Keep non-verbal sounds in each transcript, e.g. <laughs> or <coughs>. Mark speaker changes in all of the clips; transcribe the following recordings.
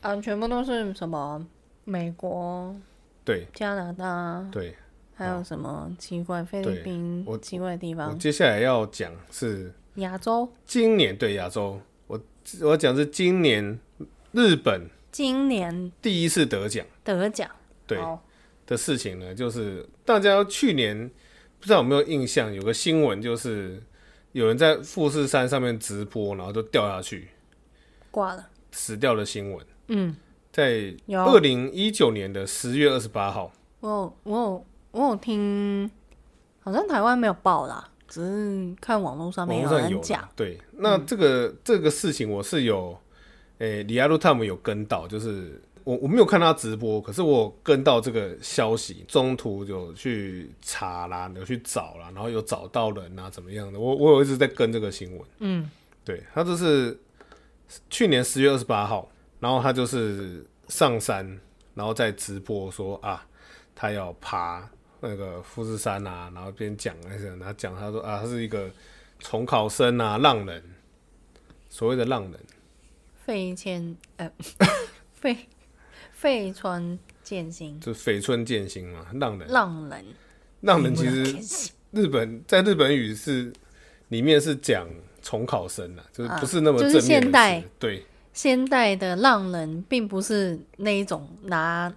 Speaker 1: 啊，全部都是什么美国、
Speaker 2: 对
Speaker 1: 加拿大，
Speaker 2: 对，
Speaker 1: 还有什么奇怪菲律
Speaker 2: 啊对
Speaker 1: 宾
Speaker 2: 我
Speaker 1: 奇怪的地
Speaker 2: 我
Speaker 1: 方，
Speaker 2: 接下来要讲是
Speaker 1: 亚洲
Speaker 2: 今年对亚洲，我我要讲是今年日本
Speaker 1: 今年
Speaker 2: 第一次得奖
Speaker 1: 得奖，哦
Speaker 2: 对
Speaker 1: 好
Speaker 2: 的事情呢，就是大家去年不知道有没有印象，有个新闻就是有人在富士山上面直播，然后就掉下去
Speaker 1: 挂了，
Speaker 2: 死掉的新闻，
Speaker 1: 嗯，
Speaker 2: 在
Speaker 1: 有
Speaker 2: 二零一九年的十月二十八号，
Speaker 1: 我有我有我有听，好像台湾没有报啦，只是看网络上面
Speaker 2: 网络
Speaker 1: 有
Speaker 2: 上
Speaker 1: 人
Speaker 2: 有
Speaker 1: 讲，嗯
Speaker 2: 对，那这个、这个事情我是有，诶、李亚路他们有跟到，就是我我没有看他直播，可是我有跟到这个消息，中途有去查啦，有去找啦，然后有找到人啊，怎么样的，我我有一直在跟这个新闻，
Speaker 1: 嗯，
Speaker 2: 对他就是去年十月二十八号，然后他就是上山，然后在直播说啊，他要爬那个富士山啊，然后边讲那些，然后讲他说啊，他是一个重考生啊，浪人，所谓的浪人，
Speaker 1: 费千呃 <laughs> 费费川剑心
Speaker 2: 就是绯村剑心嘛，浪人，
Speaker 1: 浪人，
Speaker 2: 浪人其实
Speaker 1: 剑心
Speaker 2: 日本在日本语是里面是讲重考生啊，就是不是那么
Speaker 1: 啊就是
Speaker 2: 正面的词、
Speaker 1: 现代
Speaker 2: 对
Speaker 1: 现代的浪人并不是那一种拿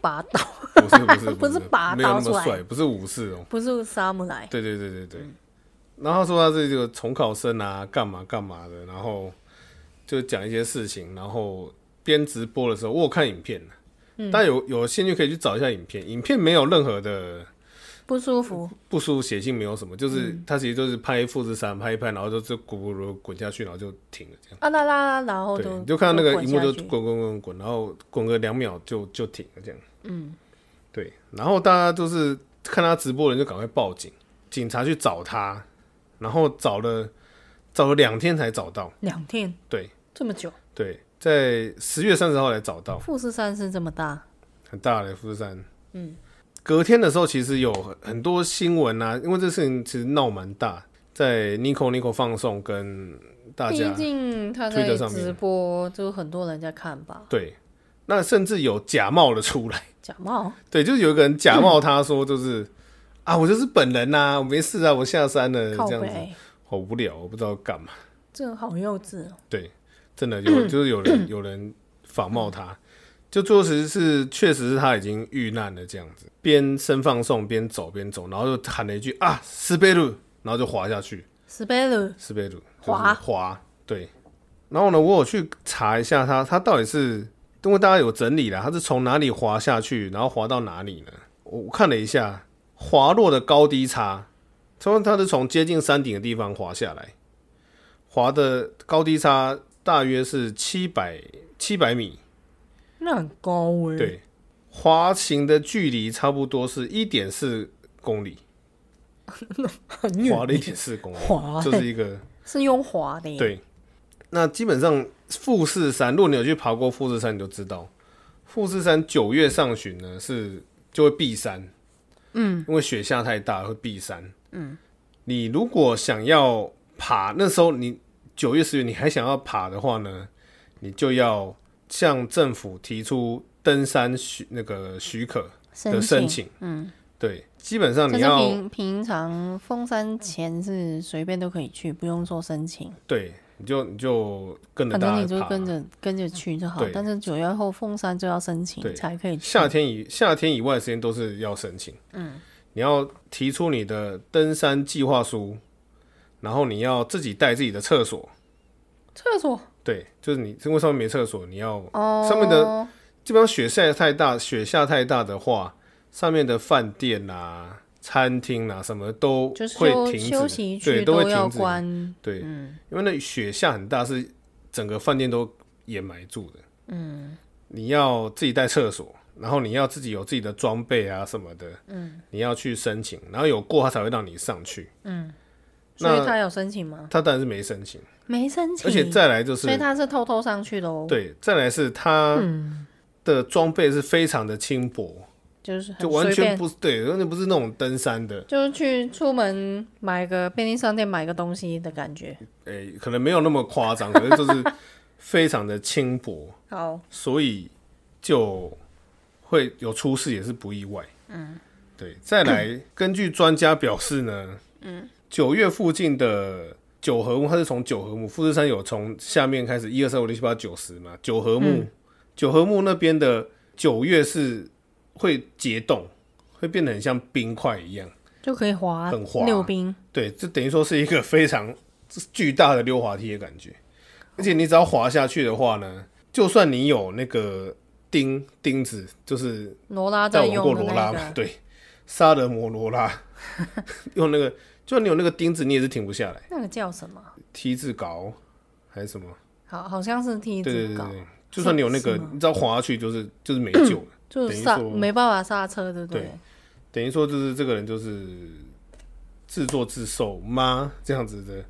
Speaker 1: 拔刀，
Speaker 2: 不是不是
Speaker 1: 不是拔
Speaker 2: 没有那
Speaker 1: 刀出
Speaker 2: 么
Speaker 1: 来
Speaker 2: 帅，不是武士哦、
Speaker 1: 不是沙姆莱，
Speaker 2: 对对对对对。然后他说他是这个重考生啊，干嘛干嘛的，然后就讲一些事情，然后边直播的时候，我有看影片啊大家有有兴趣可以去找一下影片，影片没有任何的
Speaker 1: 不舒服，
Speaker 2: 不舒服、血腥，没有什么，就是他其实就是拍富士山拍一拍，然后就就咕噜噜滚下去，然后就停了这样。
Speaker 1: 啊啦啦啦，然后
Speaker 2: 对，
Speaker 1: 就
Speaker 2: 你就看到那个
Speaker 1: 滚
Speaker 2: 荧幕
Speaker 1: 下
Speaker 2: 就
Speaker 1: 去
Speaker 2: 滚滚滚滚，然后滚个两秒就就停了这样。嗯，对。然后大家就是看他直播的人就赶快报警，警察去找他，然后找了找了两天才找到。
Speaker 1: 两天
Speaker 2: 对
Speaker 1: 这么久，
Speaker 2: 对，在十月三十号才找到，
Speaker 1: 富士山是这么大，
Speaker 2: 很大的富士山。嗯，隔天的时候其实有很很多新闻啊，因为这事情其实闹蛮大，在 Nico Nico 放送跟大家
Speaker 1: 毕竟他
Speaker 2: 推
Speaker 1: 在
Speaker 2: 特上面
Speaker 1: 直播，就很多人在看吧，
Speaker 2: 对，那甚至有假冒的出来。
Speaker 1: 假冒
Speaker 2: 对，就是有一个人假冒他说就是、啊，我就是本人呐、我没事啊，我下山了
Speaker 1: 靠
Speaker 2: 这样子，
Speaker 1: 背，
Speaker 2: 好无聊，我不知道干嘛。
Speaker 1: 这个好幼稚哦，
Speaker 2: 对，真的有就是有人有人仿冒他，就坐实是确实是他已经遇难了这样子，边生放送边走边走，然后就喊了一句啊斯贝鲁，然后就滑下去，
Speaker 1: 斯贝鲁
Speaker 2: 斯贝鲁
Speaker 1: 滑
Speaker 2: 滑对。然后呢，我有去查一下他他到底是因为大家有整理了，他是从哪里滑下去，然后滑到哪里呢？我我看了一下，滑落的高低差，他他是从接近山顶的地方滑下来，滑的高低差大约是七百七百米，
Speaker 1: 那很高哎，
Speaker 2: 对，滑行的距离差不多是一点四公里，
Speaker 1: 很远
Speaker 2: <laughs> 滑了一点四公里，
Speaker 1: 滑欸
Speaker 2: 就是一个
Speaker 1: 是用滑的耶，
Speaker 2: 对，那基本上富士山，如果你有去爬过富士山，你就知道，富士山九月上旬呢是就会闭山，嗯，因为雪下太大会闭山，嗯，你如果想要爬，那时候你九月十月你还想要爬的话呢，你就要向政府提出登山许那个许可的申
Speaker 1: 申
Speaker 2: 请，
Speaker 1: 嗯，
Speaker 2: 对，基本上
Speaker 1: 可
Speaker 2: 你
Speaker 1: 是
Speaker 2: 要
Speaker 1: 平平常封山前是随便都可以去，不用说申请。
Speaker 2: 对，你就你就跟着
Speaker 1: 反
Speaker 2: 大家
Speaker 1: 正你
Speaker 2: 爬，
Speaker 1: 就跟着跟着去就好
Speaker 2: 对，
Speaker 1: 但是九月后凤山就要申请
Speaker 2: 对
Speaker 1: 才可以去。
Speaker 2: 夏天以夏天以外的时间都是要申请。嗯，你要提出你的登山计划书，然后你要自己带自己的厕所。
Speaker 1: 厕所
Speaker 2: 对，就是你因为上面没厕所，你要
Speaker 1: 哦，
Speaker 2: 上面的基本上雪晒太大，雪下太大的话，上面的饭店啊、餐厅啊什么都
Speaker 1: 就是
Speaker 2: 会
Speaker 1: 休
Speaker 2: 停止，
Speaker 1: 休息
Speaker 2: 对，
Speaker 1: 区
Speaker 2: 都会
Speaker 1: 要
Speaker 2: 停止。
Speaker 1: 关，
Speaker 2: 对，
Speaker 1: 嗯，
Speaker 2: 因为那雪下很大，是整个饭店都掩埋住的。嗯，你要自己带厕所，然后你要自己有自己的装备啊什么的。嗯，你要去申请，然后有过他才会让你上去。
Speaker 1: 所以
Speaker 2: 那
Speaker 1: 他有申请吗？
Speaker 2: 他当然是没申请，
Speaker 1: 没嗯申请，
Speaker 2: 而且再来就是
Speaker 1: 所以他是偷偷上去的哦，
Speaker 2: 对，再来是他
Speaker 1: 嗯
Speaker 2: 的装备是非常的轻薄，
Speaker 1: 就是很
Speaker 2: 就完
Speaker 1: 随
Speaker 2: 全
Speaker 1: 便，
Speaker 2: 不是对，完全不是那种登山的，
Speaker 1: 就是去出门买个便利商店买个东西的感觉，<laughs>
Speaker 2: 哎诶、可能没有那么夸张，可是就是非常的轻薄，
Speaker 1: 好，
Speaker 2: 所以就会有出事，也是不意外。嗯，对。再来，根据专家表示呢，嗯，九月附近的九合目，它是从九合目富士山有从下面开始，一二三五六七八九十嘛，九合目，九合目那边的九月是会结冻，会变得很像冰块一样。
Speaker 1: 就可以滑
Speaker 2: 很滑
Speaker 1: 溜冰，
Speaker 2: 对，这等于说是一个非常巨大的溜滑梯的感觉。而且你只要滑下去的话呢，就算你有那个钉钉子，就是
Speaker 1: 罗拉
Speaker 2: 在
Speaker 1: 在
Speaker 2: 玩过
Speaker 1: 用的
Speaker 2: 罗拉
Speaker 1: 那
Speaker 2: 嘛，
Speaker 1: 个，
Speaker 2: 对，萨德摩罗拉 <laughs> 用那个，就算你有那个钉子，你也是停不下来。
Speaker 1: 那个叫什么？
Speaker 2: T 字镐还是什么？
Speaker 1: 好，好像是梯
Speaker 2: 对对
Speaker 1: 子
Speaker 2: 对
Speaker 1: 搞，
Speaker 2: 对，就算你有那个
Speaker 1: 是吗，
Speaker 2: 你只要滑下去就是就是没救了。
Speaker 1: 就
Speaker 2: 等于
Speaker 1: 是刹
Speaker 2: 说
Speaker 1: 没办法刹车，对不
Speaker 2: 对？等于说就是这个人就是自作自受吗？这样子的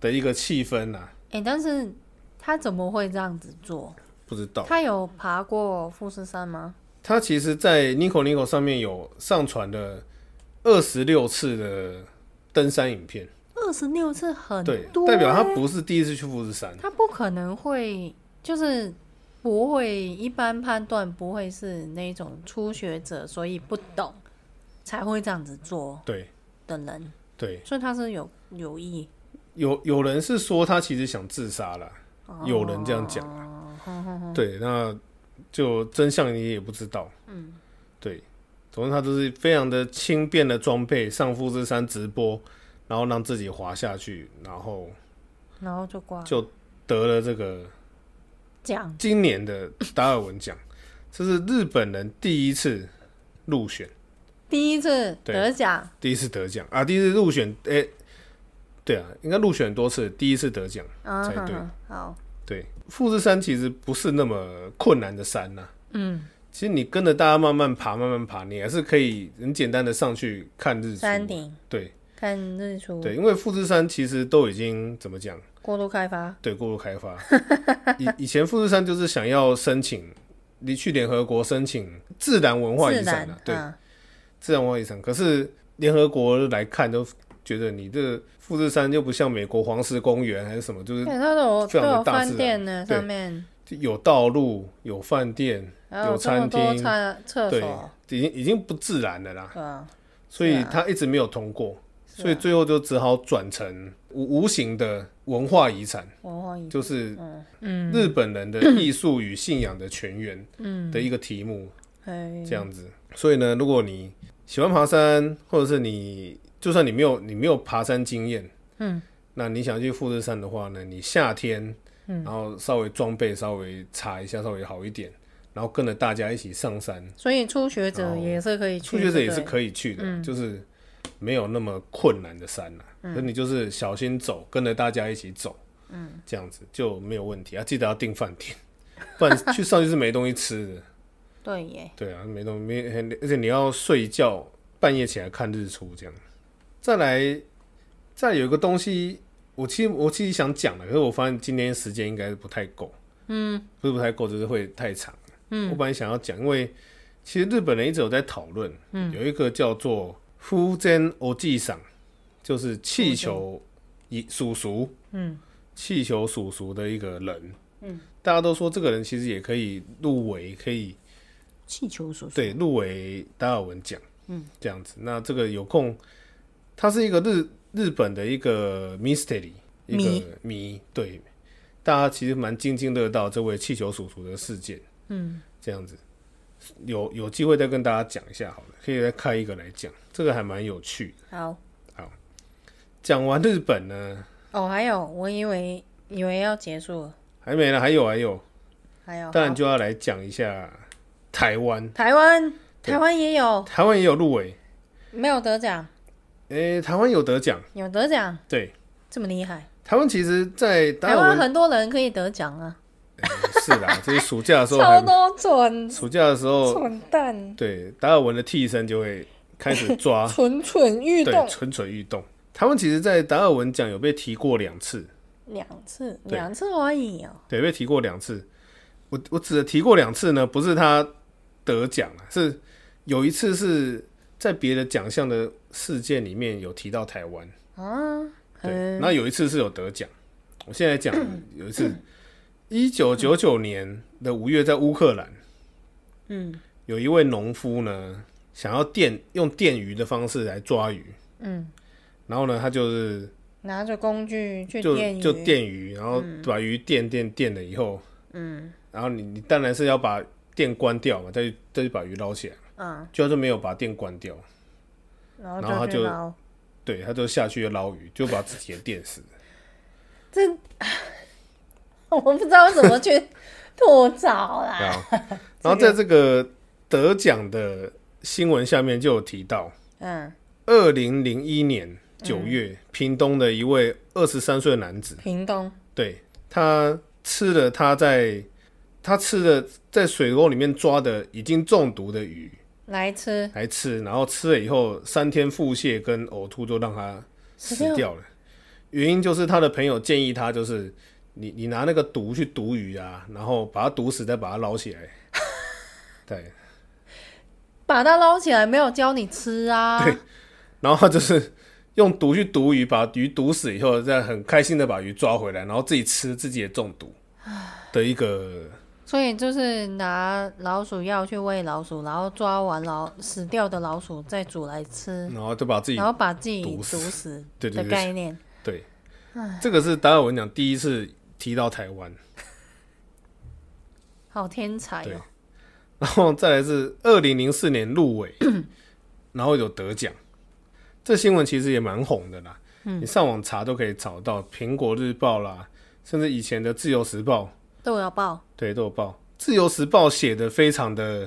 Speaker 2: 的一个气氛呐、啊，
Speaker 1: 哎、但是他怎么会这样子做？
Speaker 2: 不知道。
Speaker 1: 他有爬过富士山吗？
Speaker 2: 他其实，在 Nico Nico 上面有上传了二十六次的登山影片，
Speaker 1: 二十六次很
Speaker 2: 对，
Speaker 1: 多欸、
Speaker 2: 代表他不是第一次去富士山，
Speaker 1: 他不可能会，就是不会一般判断不会是那种初学者，所以不懂才会这样子做
Speaker 2: 对
Speaker 1: 的人，
Speaker 2: 对，
Speaker 1: 所以他是有有意。
Speaker 2: 有有人是说他其实想自杀了，
Speaker 1: 哦
Speaker 2: 有人这样讲
Speaker 1: 讲，
Speaker 2: 对，那就真相你也不知道，嗯，对，总之他就是非常的轻便的装备上富士山直播，然后让自己滑下去，然后
Speaker 1: 然后就挂
Speaker 2: 就得了这个
Speaker 1: 奖，
Speaker 2: 今年的达尔文奖，这是日本人第一次入选，
Speaker 1: 第一次得奖，
Speaker 2: 第一次得奖啊，第一次入选，哎、对啊，应该入选很多次，第一次得奖。
Speaker 1: 嗯
Speaker 2: 才
Speaker 1: 哼
Speaker 2: 对
Speaker 1: 哼，好，
Speaker 2: 对，富士山其实不是那么困难的山呐、
Speaker 1: 嗯，
Speaker 2: 其实你跟着大家慢慢爬，慢慢爬，你还是可以很简单的上去看日出。
Speaker 1: 山顶
Speaker 2: 对
Speaker 1: 看日出，
Speaker 2: 对，因为富士山其实都已经怎么讲，
Speaker 1: 过度开发，
Speaker 2: 对过度开
Speaker 1: <laughs>
Speaker 2: 发。以以前富士山就是想要申请，你去联合国申请自然文化
Speaker 1: 自
Speaker 2: 遗产
Speaker 1: 然
Speaker 2: 啊，，对，
Speaker 1: 嗯
Speaker 2: 自然文化遗产。可是联合国来看都觉得你这富士山又不像美国黄石公园还是什么，就是
Speaker 1: 对，它都有
Speaker 2: 非
Speaker 1: 都
Speaker 2: 常的
Speaker 1: 有
Speaker 2: 大自然
Speaker 1: 饭店呢，
Speaker 2: 对
Speaker 1: 上面
Speaker 2: 有道路、有饭店，
Speaker 1: 还有这么
Speaker 2: 餐
Speaker 1: 多
Speaker 2: 厅
Speaker 1: 厕厕
Speaker 2: 对
Speaker 1: 所，，
Speaker 2: 已经已经不自然了啦，
Speaker 1: 对啊，
Speaker 2: 所以
Speaker 1: 是啊
Speaker 2: 他一直没有通过，
Speaker 1: 是啊
Speaker 2: 所以最后就只好转成无无形的文化遗产，
Speaker 1: 文化遗，
Speaker 2: 就是
Speaker 1: 嗯嗯，
Speaker 2: 日本人的艺术与信仰的全员
Speaker 1: 嗯，
Speaker 2: 的一个题目。
Speaker 1: 嘿
Speaker 2: 这样子。所以呢，如果你喜欢爬山，或者是你就算你没有你没有爬山经验，
Speaker 1: 嗯，
Speaker 2: 那你想去富士山的话呢，你夏天，嗯，然后稍微装备稍微查一下，稍微好一点，然后跟着大家一起上山，
Speaker 1: 所以初学者也是可以去，
Speaker 2: 嗯哦初学者也是
Speaker 1: 对嗯不对
Speaker 2: 可以去的，就是没有那么困难的山啦、
Speaker 1: 嗯
Speaker 2: 那、你就是小心走，跟着大家一起走，嗯，这样子就没有问题啊。记得要订饭店， <laughs> 不然去上去是没东西吃的。
Speaker 1: 对耶，
Speaker 2: 对啊，没东没，而且你要睡觉，半夜起来看日出这样。再来，再有一个东西，我其实我其实想讲的，可是我发现今天时间应该是不太够，嗯，不是不太够，就是会太长。嗯，我本来想要讲，因为其实日本人一直有在讨论，嗯，有一个叫做 “fuzen o j 赏”，就是气球一叔叔，
Speaker 1: 嗯，
Speaker 2: 气球叔叔的一个人，嗯，大家都说这个人其实也可以入围，可以
Speaker 1: 气球叔叔，
Speaker 2: 对，入围达尔文奖，嗯，这样子。那这个有空，它是一个日日本的一个 mystery，一个
Speaker 1: 谜
Speaker 2: 谜，对，大家其实蛮津津乐道这位气球叔叔的事件，嗯，这样子，有有机会再跟大家讲一下好了，可以再开一个来讲，这个还蛮有趣的。
Speaker 1: 好，
Speaker 2: 讲完日本呢，
Speaker 1: 哦，还有，我以为以为要结束了，
Speaker 2: 还没了，还有还有，
Speaker 1: 还有，
Speaker 2: 当然就要来讲一下台湾，
Speaker 1: 好台湾，
Speaker 2: 对
Speaker 1: 台湾也有
Speaker 2: 台湾也有入围，
Speaker 1: 没有得奖，
Speaker 2: 诶、台湾有得奖，
Speaker 1: 有得奖，
Speaker 2: 对，
Speaker 1: 这么厉害，
Speaker 2: 台湾其实，在达
Speaker 1: 台
Speaker 2: 尔
Speaker 1: 湾
Speaker 2: 文
Speaker 1: 很多人可以得奖啊，
Speaker 2: <laughs> 是啦，就是暑假的时候
Speaker 1: 超
Speaker 2: 还，
Speaker 1: 多蠢
Speaker 2: 暑假的时候，
Speaker 1: 蠢蛋，
Speaker 2: 对达尔文的替身就会开始抓，
Speaker 1: 蠢蠢 <laughs> 欲
Speaker 2: 啊对，
Speaker 1: 动
Speaker 2: 蠢蠢欲动。他们其实，在达尔文奖有被提过两次，
Speaker 1: 两次，
Speaker 2: 对
Speaker 1: 两次而已哦，
Speaker 2: 对，被提过两次。我我指的提过两次呢，不是他得奖啊，是有一次是在别的奖项的事件里面有提到台湾，
Speaker 1: 啊，
Speaker 2: 对，
Speaker 1: 嗯嗯
Speaker 2: 那有一次是有得奖。我现在讲有一次一九九九年的五月，在乌克兰，
Speaker 1: 嗯
Speaker 2: 有一位农夫呢，想要电用电鱼的方式来抓鱼，
Speaker 1: 嗯，
Speaker 2: 然后呢，他就是
Speaker 1: 拿着工具去
Speaker 2: 就
Speaker 1: 电鱼，嗯
Speaker 2: 就电鱼，然后把鱼电电电了以后，嗯，然后你你当然是要把电关掉嘛，再去再去把鱼捞起来，
Speaker 1: 嗯，
Speaker 2: 就他就没有把电关掉，
Speaker 1: 然后
Speaker 2: 然后他
Speaker 1: 就去
Speaker 2: 就
Speaker 1: 捞，
Speaker 2: 对，他就下去捞鱼，就把自己给电死。
Speaker 1: 这 <laughs> 我不知道怎么去 <laughs> 吐槽啦。
Speaker 2: 啊， <laughs> 然后在这个得奖的新闻下面就有提到，
Speaker 1: 嗯，
Speaker 2: 二零零一年九月，屏东的一位二十三岁的男子，
Speaker 1: 屏东，
Speaker 2: 对他吃了他在他吃了在水沟里面抓的已经中毒的鱼
Speaker 1: 来吃，
Speaker 2: 来吃，然后吃了以后三天腹泻跟呕吐都让他死掉了。原因就是他的朋友建议他，就是你你拿那个毒去毒鱼啊，然后把它毒死，再把它捞起 <laughs> 来。对，
Speaker 1: 把它捞起来，没有教你吃啊。
Speaker 2: 对然后他就是用毒去毒鱼，把鱼毒死以后，再很开心的把鱼抓回来，然后自己吃，自己也中毒的一个。
Speaker 1: 所以就是拿老鼠药去喂老鼠，然后抓完老死掉的老鼠再煮来吃，
Speaker 2: 然后就把自己
Speaker 1: 然后把自己
Speaker 2: 毒
Speaker 1: 毒
Speaker 2: 死
Speaker 1: 死
Speaker 2: 对对
Speaker 1: 的
Speaker 2: 对
Speaker 1: 概念。
Speaker 2: 对，这个是达尔文奖第一次提到台湾， <laughs>
Speaker 1: 好天才
Speaker 2: 对
Speaker 1: 哦！
Speaker 2: 然后再来是二零零四年
Speaker 1: <coughs>
Speaker 2: 入围，然后有得奖。这新闻其实也蛮红的啦，
Speaker 1: 嗯
Speaker 2: 你上网查都可以找到，《苹果日报》啦，甚至以前的《自由时报》
Speaker 1: 都要报，
Speaker 2: 对，都有报。《自由时报》写的非常的，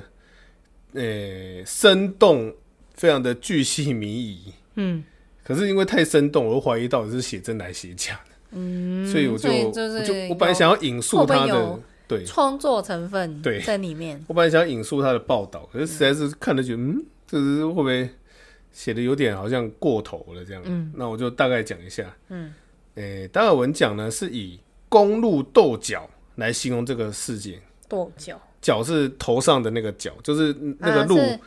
Speaker 2: 呃、生动，非常的巨细靡遗。
Speaker 1: 嗯
Speaker 2: 可是因为太生动，我又怀疑到底是写真还是写假的，
Speaker 1: 嗯，
Speaker 2: 所以我就
Speaker 1: 所以就是
Speaker 2: 我就我本来想要引述
Speaker 1: 会不会
Speaker 2: 他的
Speaker 1: 有，
Speaker 2: 对
Speaker 1: 有创作成分
Speaker 2: 对
Speaker 1: 在里面，
Speaker 2: 我本来想引述他的报道，可是实在是看了觉得，嗯，这是会不会写的有点好像过头了这样？
Speaker 1: 嗯，
Speaker 2: 那我就大概讲一下。呃
Speaker 1: 嗯，
Speaker 2: 诶、达尔文奖呢是以公路斗角来形容这个事件，
Speaker 1: 多久？
Speaker 2: 角是头上的那个角，就是那个
Speaker 1: 啊
Speaker 2: 路。
Speaker 1: 是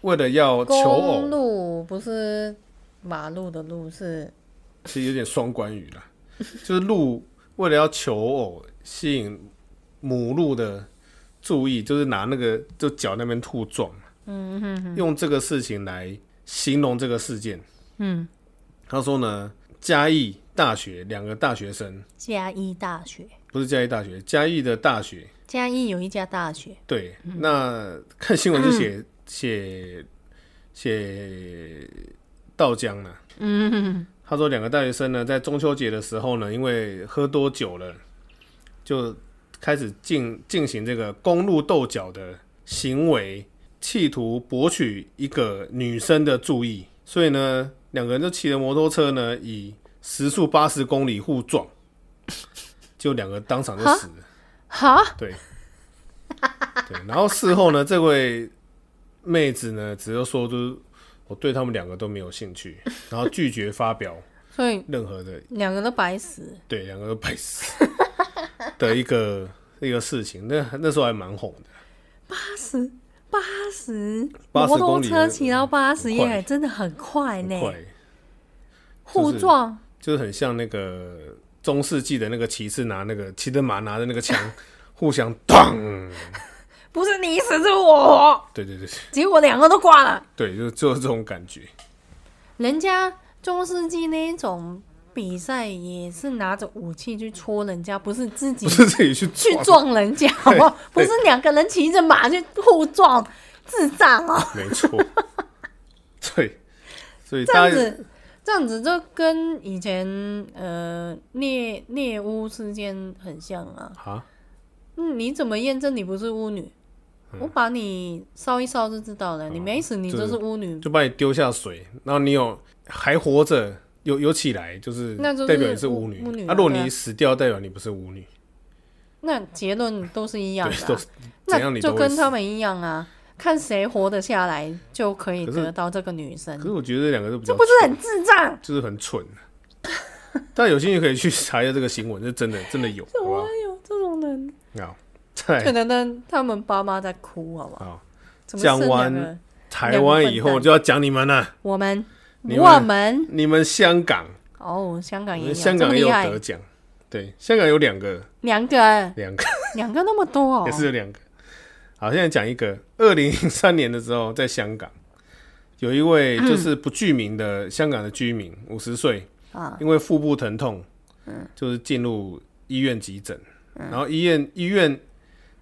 Speaker 2: 为了要求
Speaker 1: 公
Speaker 2: 偶，
Speaker 1: 路不是马路的路，是
Speaker 2: 其实有点双关语啦，就是鹿为了要求偶吸引母鹿的注意，就是拿那个就脚那边兔撞，
Speaker 1: 嗯哼哼，
Speaker 2: 用这个事情来形容这个事件。
Speaker 1: 嗯，
Speaker 2: 他说呢，嘉义大学两个大学生，
Speaker 1: 嘉义大学，
Speaker 2: 不是嘉义大学，嘉义的大学，
Speaker 1: 嘉义有一家大学，
Speaker 2: 对，那看新闻就写写写道江了、
Speaker 1: 嗯，
Speaker 2: 他说，两个大学生呢，在中秋节的时候呢，因为喝多酒了，就开始进进行这个公路斗角的行为，企图博取一个女生的注意。所以呢，两个人就骑着摩托车呢，以时速八十公里互撞，就两个当场就死了。
Speaker 1: 哈，
Speaker 2: 对，对。然后事后呢，这位妹子呢，只是说就是我对他们两个都没有
Speaker 1: <laughs>
Speaker 2: 兴趣，然后拒绝发表
Speaker 1: 所以
Speaker 2: 任何的
Speaker 1: 两个都白死，
Speaker 2: 对两个都白死的一个 <laughs> 一个事情。那那时候还蛮红的，
Speaker 1: 八十八十，摩
Speaker 2: 80公
Speaker 1: 托
Speaker 2: 里
Speaker 1: 车骑到八十
Speaker 2: 很快
Speaker 1: 耶，真的很快
Speaker 2: 很
Speaker 1: 呢，
Speaker 2: 快，
Speaker 1: 互
Speaker 2: 就是
Speaker 1: 撞，
Speaker 2: 就是很像那个中世纪的那个骑士拿那个骑着马拿着那个枪互相当，
Speaker 1: 不是你死，是我活，
Speaker 2: 对对对
Speaker 1: 结果两个都挂了。
Speaker 2: 对，就就是这种感觉。
Speaker 1: 人家中世纪那一种比赛也是拿着武器去戳人家，不是自己
Speaker 2: 不是自己去
Speaker 1: 去
Speaker 2: 撞，
Speaker 1: 撞人家，好不好？ <laughs> 不是两个人骑着马去互撞，智障哦、
Speaker 2: 没错，对，所以
Speaker 1: 这
Speaker 2: 大
Speaker 1: 样
Speaker 2: 家
Speaker 1: 子，这样子就跟以前呃猎猎巫事件很像啊。
Speaker 2: 啊，
Speaker 1: 嗯，你怎么验证你不是巫女？我把你烧一烧就知道了，你没死，你就是巫女。
Speaker 2: 嗯哦就把你丢下水，然后你有还活着，有有起来，就是
Speaker 1: 那就是
Speaker 2: 代表你是巫
Speaker 1: 巫巫女
Speaker 2: 女。
Speaker 1: 啊
Speaker 2: 啊，如果
Speaker 1: 对啊
Speaker 2: 你死掉，代表你不是巫女，
Speaker 1: 那结论都是一样
Speaker 2: 对，
Speaker 1: 的
Speaker 2: 都
Speaker 1: 啊、
Speaker 2: 是怎样
Speaker 1: 那
Speaker 2: 你
Speaker 1: 就
Speaker 2: 都会
Speaker 1: 跟
Speaker 2: 死。
Speaker 1: 他们一样啊，看谁活得下来就可以
Speaker 2: 可是
Speaker 1: 得到这个女
Speaker 2: 可
Speaker 1: 生
Speaker 2: 是，哦我觉得这两个都比
Speaker 1: 这
Speaker 2: 较
Speaker 1: 不，是很智障？
Speaker 2: 就是很蠢。但有兴趣可以去查一下这个新闻，是真的，真的有，
Speaker 1: 怎
Speaker 2: 好不
Speaker 1: 么
Speaker 2: 好
Speaker 1: 会？有哎这种人？
Speaker 2: 好，再
Speaker 1: 可
Speaker 2: 来
Speaker 1: 能呢，他们爸妈在哭，好不好？
Speaker 2: 好，
Speaker 1: 怎么剩
Speaker 2: 哦讲完
Speaker 1: 两个
Speaker 2: 台湾以后就要讲你们了，
Speaker 1: 我们，
Speaker 2: 你
Speaker 1: 我们
Speaker 2: 你们香港，
Speaker 1: 哦，香港
Speaker 2: 你
Speaker 1: 也有
Speaker 2: 们香港
Speaker 1: 这么
Speaker 2: 也有
Speaker 1: 厉害
Speaker 2: 得奖，对，香港有两个，
Speaker 1: 两个，
Speaker 2: 两个、
Speaker 1: 两个那么多哦
Speaker 2: 也，是有两个。好，现在讲一个，二零零三年的时候，在香港有一位就是不具名的香港的居民，五十岁，
Speaker 1: 啊，嗯
Speaker 2: 因为腹部疼痛，就是进入医院急诊，然后医院医院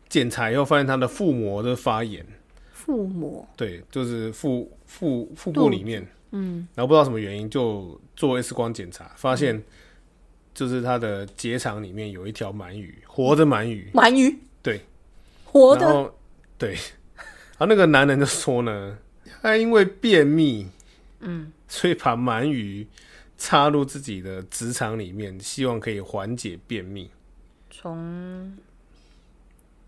Speaker 2: 检查以后发现他的腹膜的发炎，
Speaker 1: 父母
Speaker 2: 对，就是腹腹腹部里面，嗯，然后不知道什么原因就做 X 光检查，发现就是他的结肠里面有一条鳗鱼，活的鳗鱼，
Speaker 1: 鳗鱼
Speaker 2: 对，
Speaker 1: 活
Speaker 2: 然
Speaker 1: 的
Speaker 2: 后对， <laughs> 然后那个男人就说呢，他因为便秘，嗯，所以把鳗鱼插入自己的直肠里面，希望可以缓解便秘。
Speaker 1: 从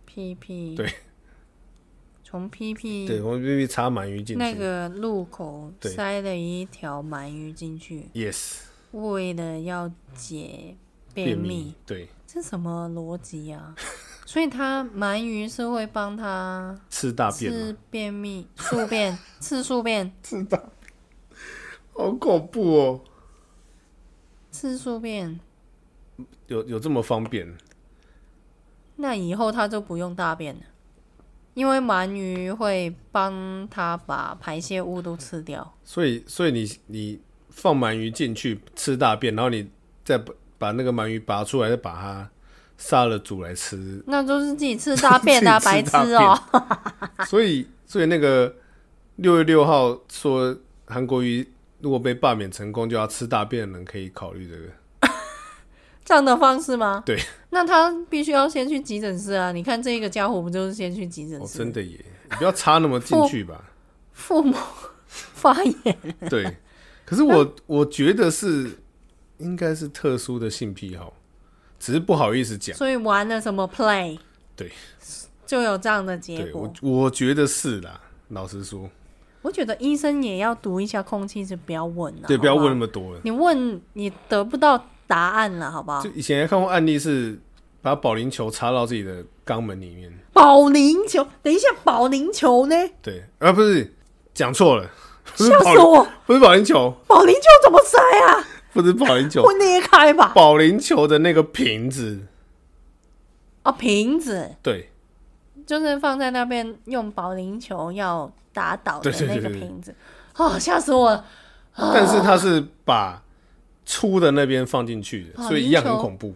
Speaker 1: 屁屁
Speaker 2: 对，
Speaker 1: 从屁
Speaker 2: 对，
Speaker 1: 屁
Speaker 2: 我们必须插鳗鱼进
Speaker 1: 嗯
Speaker 2: 去。
Speaker 1: 那个路口
Speaker 2: 对
Speaker 1: 塞了一条鳗鱼进去，
Speaker 2: yes，
Speaker 1: 为了要解
Speaker 2: 便
Speaker 1: 便秘，
Speaker 2: 对，
Speaker 1: 这什么逻辑啊？所以他鳗鱼是会帮他
Speaker 2: 吃大便嘛，
Speaker 1: 治便秘、宿便、治宿便、
Speaker 2: <laughs> 好恐怖哦，
Speaker 1: 治宿便。
Speaker 2: 有有这么方便？
Speaker 1: 那以后他就不用大便了，因为鳗鱼会帮他把排泄物都吃掉。
Speaker 2: 所以，所以你你放鳗鱼进去吃大便，然后你再把把那个鳗鱼拔出来，再把它杀了煮来吃，
Speaker 1: 那就是自己吃大便啊，
Speaker 2: <laughs> 自己
Speaker 1: 白
Speaker 2: 吃
Speaker 1: 痴
Speaker 2: 大便
Speaker 1: 哦、 <laughs>
Speaker 2: 所以，所以那个六月六号说韩国瑜如果被罢免成功，就要吃大便的人可以考虑这个。
Speaker 1: 这样的方式吗？
Speaker 2: 对。
Speaker 1: 那他必须要先去急诊室啊！你看这个家伙不就是先去急诊
Speaker 2: 哦，
Speaker 1: 室？
Speaker 2: 真的耶，你不要插那么进去
Speaker 1: <laughs>
Speaker 2: 吧。
Speaker 1: 父母发炎，
Speaker 2: 对，可是我我觉得是应该是特殊的性癖好，只是不好意思讲。
Speaker 1: 所以玩了什么 play，
Speaker 2: 对，
Speaker 1: 就有这样的结
Speaker 2: 对
Speaker 1: 果
Speaker 2: 我。我觉得是啦，老实说，
Speaker 1: 我觉得医生也要读一下空气，就不要问了。
Speaker 2: 对，不要
Speaker 1: 啊好好
Speaker 2: 问那么多了。
Speaker 1: 你问你得不到答案了，好不好
Speaker 2: 就？以前还看过案例是把保龄球插到自己的肛门里面，
Speaker 1: 保龄球，等一下，保龄球呢？
Speaker 2: 对，啊不是讲错了， <laughs> 不是
Speaker 1: 吓
Speaker 2: 保
Speaker 1: 死
Speaker 2: 龄
Speaker 1: 我！
Speaker 2: 不是保龄球，
Speaker 1: 保龄球怎么塞啊？
Speaker 2: 不是保龄球，
Speaker 1: 会捏开吧？
Speaker 2: 保龄球的那个瓶子，
Speaker 1: 啊，瓶子
Speaker 2: 对
Speaker 1: 就是放在那边用保龄球要打倒的
Speaker 2: 对对
Speaker 1: 那个
Speaker 2: 对对对
Speaker 1: 瓶子。哦，吓死我了！啊
Speaker 2: 但是它是把粗的那边放进去的，
Speaker 1: 保龄球
Speaker 2: 所以一样很恐怖。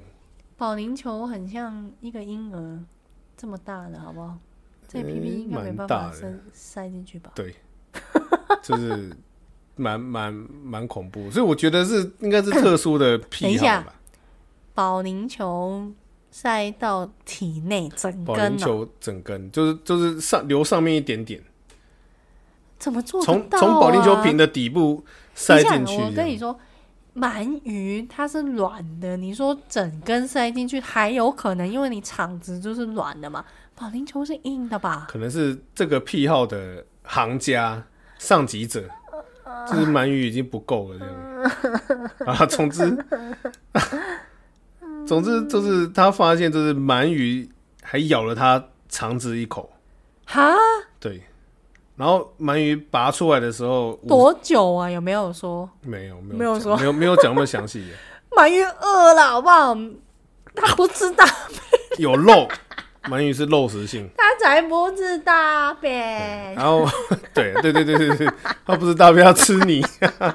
Speaker 1: 保龄球很像一个婴儿这么大的，好不好？这
Speaker 2: 诶
Speaker 1: PP 应该没
Speaker 2: 蛮
Speaker 1: 办
Speaker 2: 大
Speaker 1: 法
Speaker 2: 的
Speaker 1: 塞塞进去吧？
Speaker 2: 对， <laughs> 就是蛮蛮蛮恐怖，所以我觉得是应该是特殊的
Speaker 1: 等一
Speaker 2: 癖
Speaker 1: 下
Speaker 2: 好吧。
Speaker 1: 保龄球塞到体内整
Speaker 2: 保龄
Speaker 1: 根哦，
Speaker 2: 球整根就是就是上留上面一点点，
Speaker 1: 怎么做
Speaker 2: 从
Speaker 1: 得到
Speaker 2: 从保龄球
Speaker 1: 啊
Speaker 2: 瓶的底部塞进
Speaker 1: 等一
Speaker 2: 去
Speaker 1: 下我跟你
Speaker 2: 的。
Speaker 1: 说，鳗鱼它是软的，你说整根塞进去还有可能，因为你肠子就是软的嘛。保龄球是硬的吧？
Speaker 2: 可能是这个癖好的行家上级者，就是鳗鱼已经不够了这样
Speaker 1: 嗯
Speaker 2: 啊。总之，总之就是他发现，就是鳗鱼还咬了他肠子一口，
Speaker 1: 哈，
Speaker 2: 对。然后鳗鱼拔出来的时候，我
Speaker 1: 多久啊？有没有说
Speaker 2: 没有没有
Speaker 1: 没有
Speaker 2: 讲
Speaker 1: 说
Speaker 2: 没有没有讲那么详
Speaker 1: <laughs>
Speaker 2: 细，
Speaker 1: 鳗鱼饿了好不好？它不知道，
Speaker 2: 有肉，鳗鱼是肉食性。
Speaker 1: 它才不知道呗。
Speaker 2: 然后， <laughs> 对对对对对对，它不是大便要吃你，
Speaker 1: <laughs> 什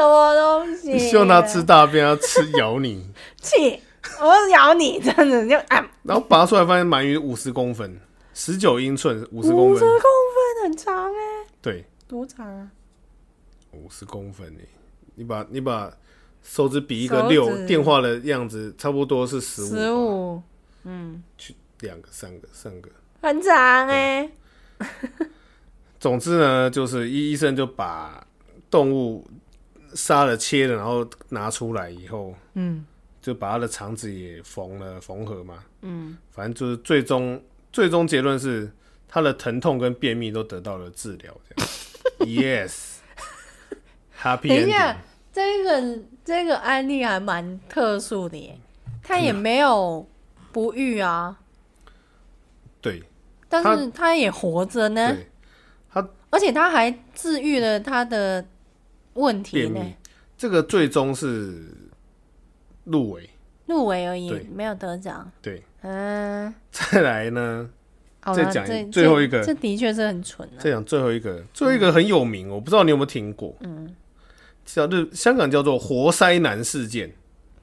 Speaker 1: 么东西？
Speaker 2: 你希望它吃大便要吃咬你。
Speaker 1: 气，我咬你，真的就啊，
Speaker 2: 然后拔出来发现鳗鱼五十公分，十九英寸，五十公
Speaker 1: 五十
Speaker 2: 分
Speaker 1: 公，分很长哎、
Speaker 2: 对，
Speaker 1: 多长啊？
Speaker 2: 五十公分诶，你把你把手指比一个
Speaker 1: 手
Speaker 2: 六，
Speaker 1: 指
Speaker 2: 电话的样子差不多是十五，
Speaker 1: 十五，
Speaker 2: 去两个、三个、三个，
Speaker 1: 很长哎、
Speaker 2: 总之呢，就是医医生就把动物杀了、切了，然后拿出来以后，
Speaker 1: 嗯，
Speaker 2: 就把它的肠子也缝了、缝合嘛，嗯，反正就是最终最终结论是，它的疼痛跟便秘都得到了治疗，
Speaker 1: <laughs>
Speaker 2: 这样。Yes，Happy
Speaker 1: 等一下
Speaker 2: Ending，，
Speaker 1: 这个这个案例还蛮特殊的耶，他也没有不育啊，
Speaker 2: 对
Speaker 1: 但是他也活着呢，
Speaker 2: 对，
Speaker 1: 而且他还治愈了他的问题
Speaker 2: 便
Speaker 1: 呢
Speaker 2: 秘。这个最终是入围，
Speaker 1: 入围而已
Speaker 2: 对，
Speaker 1: 没有得奖。
Speaker 2: 对，
Speaker 1: 嗯，
Speaker 2: 再来呢，
Speaker 1: 好
Speaker 2: 再
Speaker 1: 了，
Speaker 2: 讲一
Speaker 1: 这
Speaker 2: 最后一个
Speaker 1: 这，这的确是很蠢啊。
Speaker 2: 再讲最后一个，最后一个很有名，我不知道你有没有听过，嗯，叫日香港叫做“活塞男事件”，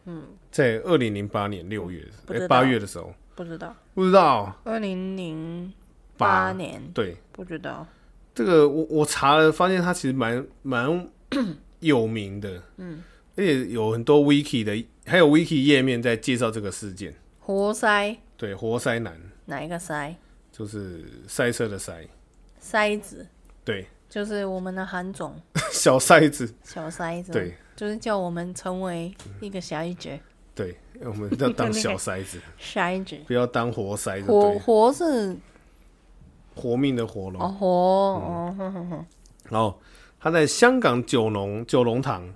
Speaker 2: 嗯，在二零零八年六月
Speaker 1: 嗯不知道
Speaker 2: 哎八、月的时候，
Speaker 1: 不知道，
Speaker 2: 不知道
Speaker 1: 二零零
Speaker 2: 八
Speaker 1: 八年，
Speaker 2: 对
Speaker 1: 不知道。
Speaker 2: 这个我我查了，发现它其实蛮蛮有名的，嗯，而且有很多 wiki 的，还有 wiki 页面在介绍这个事件，
Speaker 1: 活塞
Speaker 2: 对，活塞男
Speaker 1: 哪一个塞？
Speaker 2: 就是塞车的塞，
Speaker 1: 塞子
Speaker 2: 对，
Speaker 1: 就是我们的韩总
Speaker 2: 小塞子，
Speaker 1: 小塞子，
Speaker 2: 对，
Speaker 1: 就是叫我们成为一个小一姐，
Speaker 2: 对，我们要
Speaker 1: <laughs>
Speaker 2: 当小塞子，
Speaker 1: 塞子。
Speaker 2: 不要当活塞，就
Speaker 1: 活
Speaker 2: 对，
Speaker 1: 活是
Speaker 2: 活命的活龙。
Speaker 1: 哦活哦，
Speaker 2: 嗯
Speaker 1: 哼哼哼
Speaker 2: 然后他在香港九龙九龙塘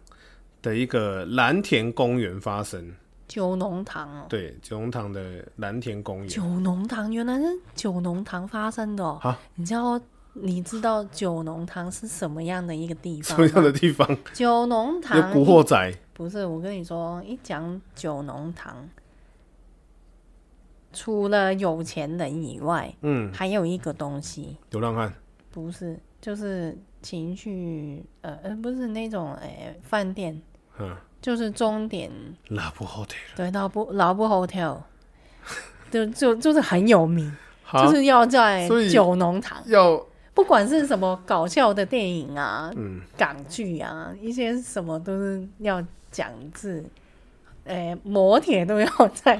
Speaker 2: 的一个蓝田公园发生，
Speaker 1: 九龙塘哦，
Speaker 2: 对，九龙塘的蓝田公园
Speaker 1: 九，龙塘原来是九龙塘发生的哦
Speaker 2: 啊。
Speaker 1: 你知道你知道九龙塘是什么样的一个地
Speaker 2: 什
Speaker 1: 方
Speaker 2: <laughs> 么样
Speaker 1: 吗？
Speaker 2: 的地方？
Speaker 1: 九龙
Speaker 2: 有
Speaker 1: 塘
Speaker 2: 古惑仔，
Speaker 1: 不是，我跟你说，一讲九龙塘，除了有钱人以外，
Speaker 2: 嗯，
Speaker 1: 还有一个东西，
Speaker 2: 流浪汉，
Speaker 1: 不是，就是情绪，呃，呃不是那种，哎、饭店，
Speaker 2: 嗯，
Speaker 1: 就是终点，
Speaker 2: 拉布后腿了，
Speaker 1: 对，老布老布
Speaker 2: <laughs>
Speaker 1: hotel，就就就是很有名，
Speaker 2: 好，
Speaker 1: 就是要在
Speaker 2: 啊所以
Speaker 1: 九龙塘，
Speaker 2: 要
Speaker 1: 不管是什么搞笑的电影啊，
Speaker 2: 嗯
Speaker 1: 港剧啊，一些什么都是要讲字，诶、摩铁都要在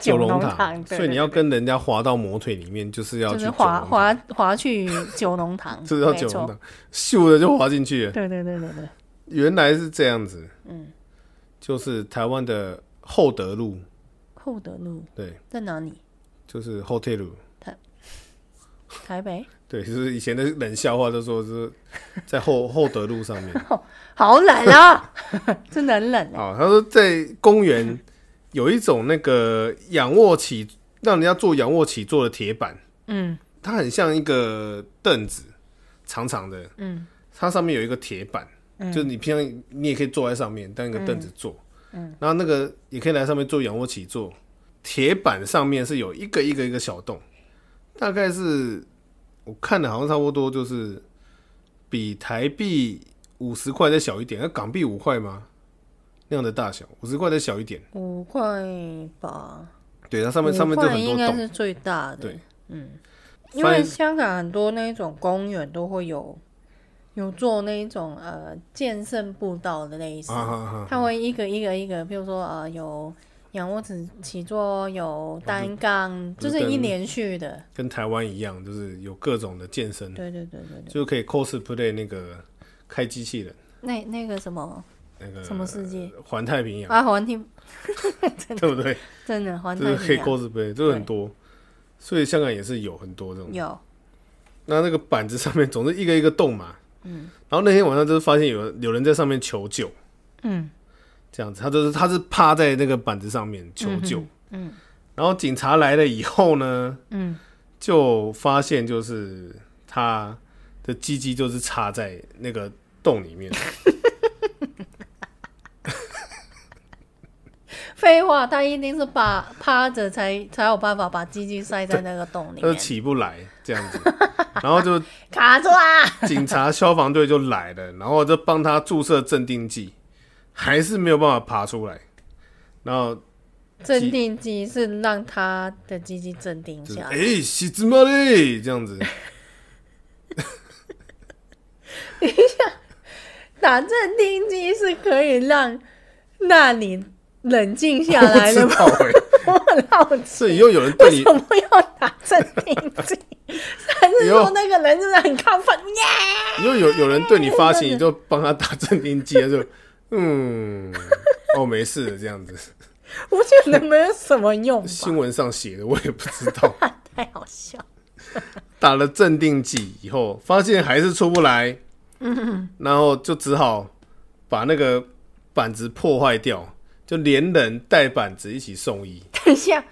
Speaker 1: 九龙
Speaker 2: 塘，
Speaker 1: 对
Speaker 2: 所以你
Speaker 1: 对
Speaker 2: 要跟人家滑到魔腿里面，就是要
Speaker 1: 就
Speaker 2: 去
Speaker 1: 是
Speaker 2: 九
Speaker 1: 滑
Speaker 2: 龙塘，
Speaker 1: 滑滑去九龙塘，
Speaker 2: <laughs> 就是要
Speaker 1: 没
Speaker 2: 九龙
Speaker 1: 错
Speaker 2: 塘，咻的就滑进去了。
Speaker 1: 对对对对对，
Speaker 2: 原来是这样子，
Speaker 1: 嗯，
Speaker 2: 就是台湾的厚德路，
Speaker 1: 厚德路
Speaker 2: 对，
Speaker 1: 在哪里？
Speaker 2: 就是后退路。
Speaker 1: 台北，
Speaker 2: 对，就是以前的冷笑话，就说是在厚厚德路上面。
Speaker 1: <laughs> 好冷啊， <laughs> 真的很冷、啊。
Speaker 2: 好，哦他说在
Speaker 1: <laughs>
Speaker 2: 公园有一种那个仰卧起，让人家做仰卧起坐的铁板，
Speaker 1: 嗯
Speaker 2: 它很像一个凳子，长长的，
Speaker 1: 嗯，
Speaker 2: 它上面有一个铁板，
Speaker 1: 嗯
Speaker 2: 就是你平常你也可以坐在上面当一个凳子坐，嗯，然后那个也可以来上面做仰卧起坐，铁板上面是有一个一个一个小洞，大概是我看的好像差不多就是比台币五十块再小一点，那港币五块吗？那样的大小，五十块再小一点，
Speaker 1: 五块吧，
Speaker 2: 对，它上面上面
Speaker 1: 五
Speaker 2: 就
Speaker 1: 块
Speaker 2: 很多
Speaker 1: 应该
Speaker 2: 洞，
Speaker 1: 是最大的。嗯
Speaker 2: 对，
Speaker 1: 因为香港很多那种公园都会有有做那一种呃健身步道的类似，
Speaker 2: 啊哈哈，
Speaker 1: 它会一个一个一个，比如说呃有仰卧起起坐，有单杠，
Speaker 2: 不
Speaker 1: 就是是一
Speaker 2: 跟
Speaker 1: 连续的。
Speaker 2: 跟台湾一样，就是有各种的健身，
Speaker 1: 对对对对对，
Speaker 2: 就可以 cosplay 那个开机器人
Speaker 1: 那那个什么
Speaker 2: 那个
Speaker 1: 什么世界
Speaker 2: 环太平洋，
Speaker 1: 啊，环天
Speaker 2: 对不对？
Speaker 1: <laughs> 真的环
Speaker 2: 这
Speaker 1: 太
Speaker 2: 是
Speaker 1: 平
Speaker 2: 黑
Speaker 1: 洋
Speaker 2: cosplay，这个很多，所以香港也是有很多这种。
Speaker 1: 有
Speaker 2: 那那个板子上面总是一个一个洞嘛，嗯，然后那天晚上就是发现有人有人在上面求救，
Speaker 1: 嗯，
Speaker 2: 这样子，他就是他是趴在那个板子上面求救，
Speaker 1: 嗯嗯
Speaker 2: 然后警察来了以后呢，
Speaker 1: 嗯，
Speaker 2: 就发现就是他的鸡鸡就是插在那个洞里面，
Speaker 1: 废话，他一定是把趴着才才有办法把鸡鸡塞在那个洞里
Speaker 2: 他就
Speaker 1: 面，
Speaker 2: 起不来这样子， <laughs> 然后就
Speaker 1: 卡住啊！
Speaker 2: 警察、消防队就来了，然后就帮他注射镇定剂，还是没有办法爬出来。然后
Speaker 1: 镇定剂是让他的鸡鸡镇定啊
Speaker 2: 就是
Speaker 1: 下来。
Speaker 2: <laughs> 哎，西芝麻嘞，这
Speaker 1: <laughs>
Speaker 2: 样子，
Speaker 1: 打镇定剂是可以让那你冷静下来的
Speaker 2: <laughs> 知
Speaker 1: 吗？
Speaker 2: 道哎、
Speaker 1: 我很好奇，
Speaker 2: 所以以后有人对
Speaker 1: 为
Speaker 2: 你
Speaker 1: 什，么要打镇定剂？还是
Speaker 2: 以后
Speaker 1: 说那个人真的很亢奋耶？
Speaker 2: 以后有有人对你发 <laughs> 情，你就帮他打镇定剂，他就嗯，哦，没事的这样子。
Speaker 1: 我觉得没有什么用吧
Speaker 2: 新，闻上写的我也不知道，
Speaker 1: <laughs>
Speaker 2: <laughs>
Speaker 1: 太好笑。
Speaker 2: 打了镇定剂以后，发现还是出不来，
Speaker 1: 嗯
Speaker 2: 然后就只好把那个板子破坏掉，就连人带板子一起送医。
Speaker 1: <laughs> 等一下，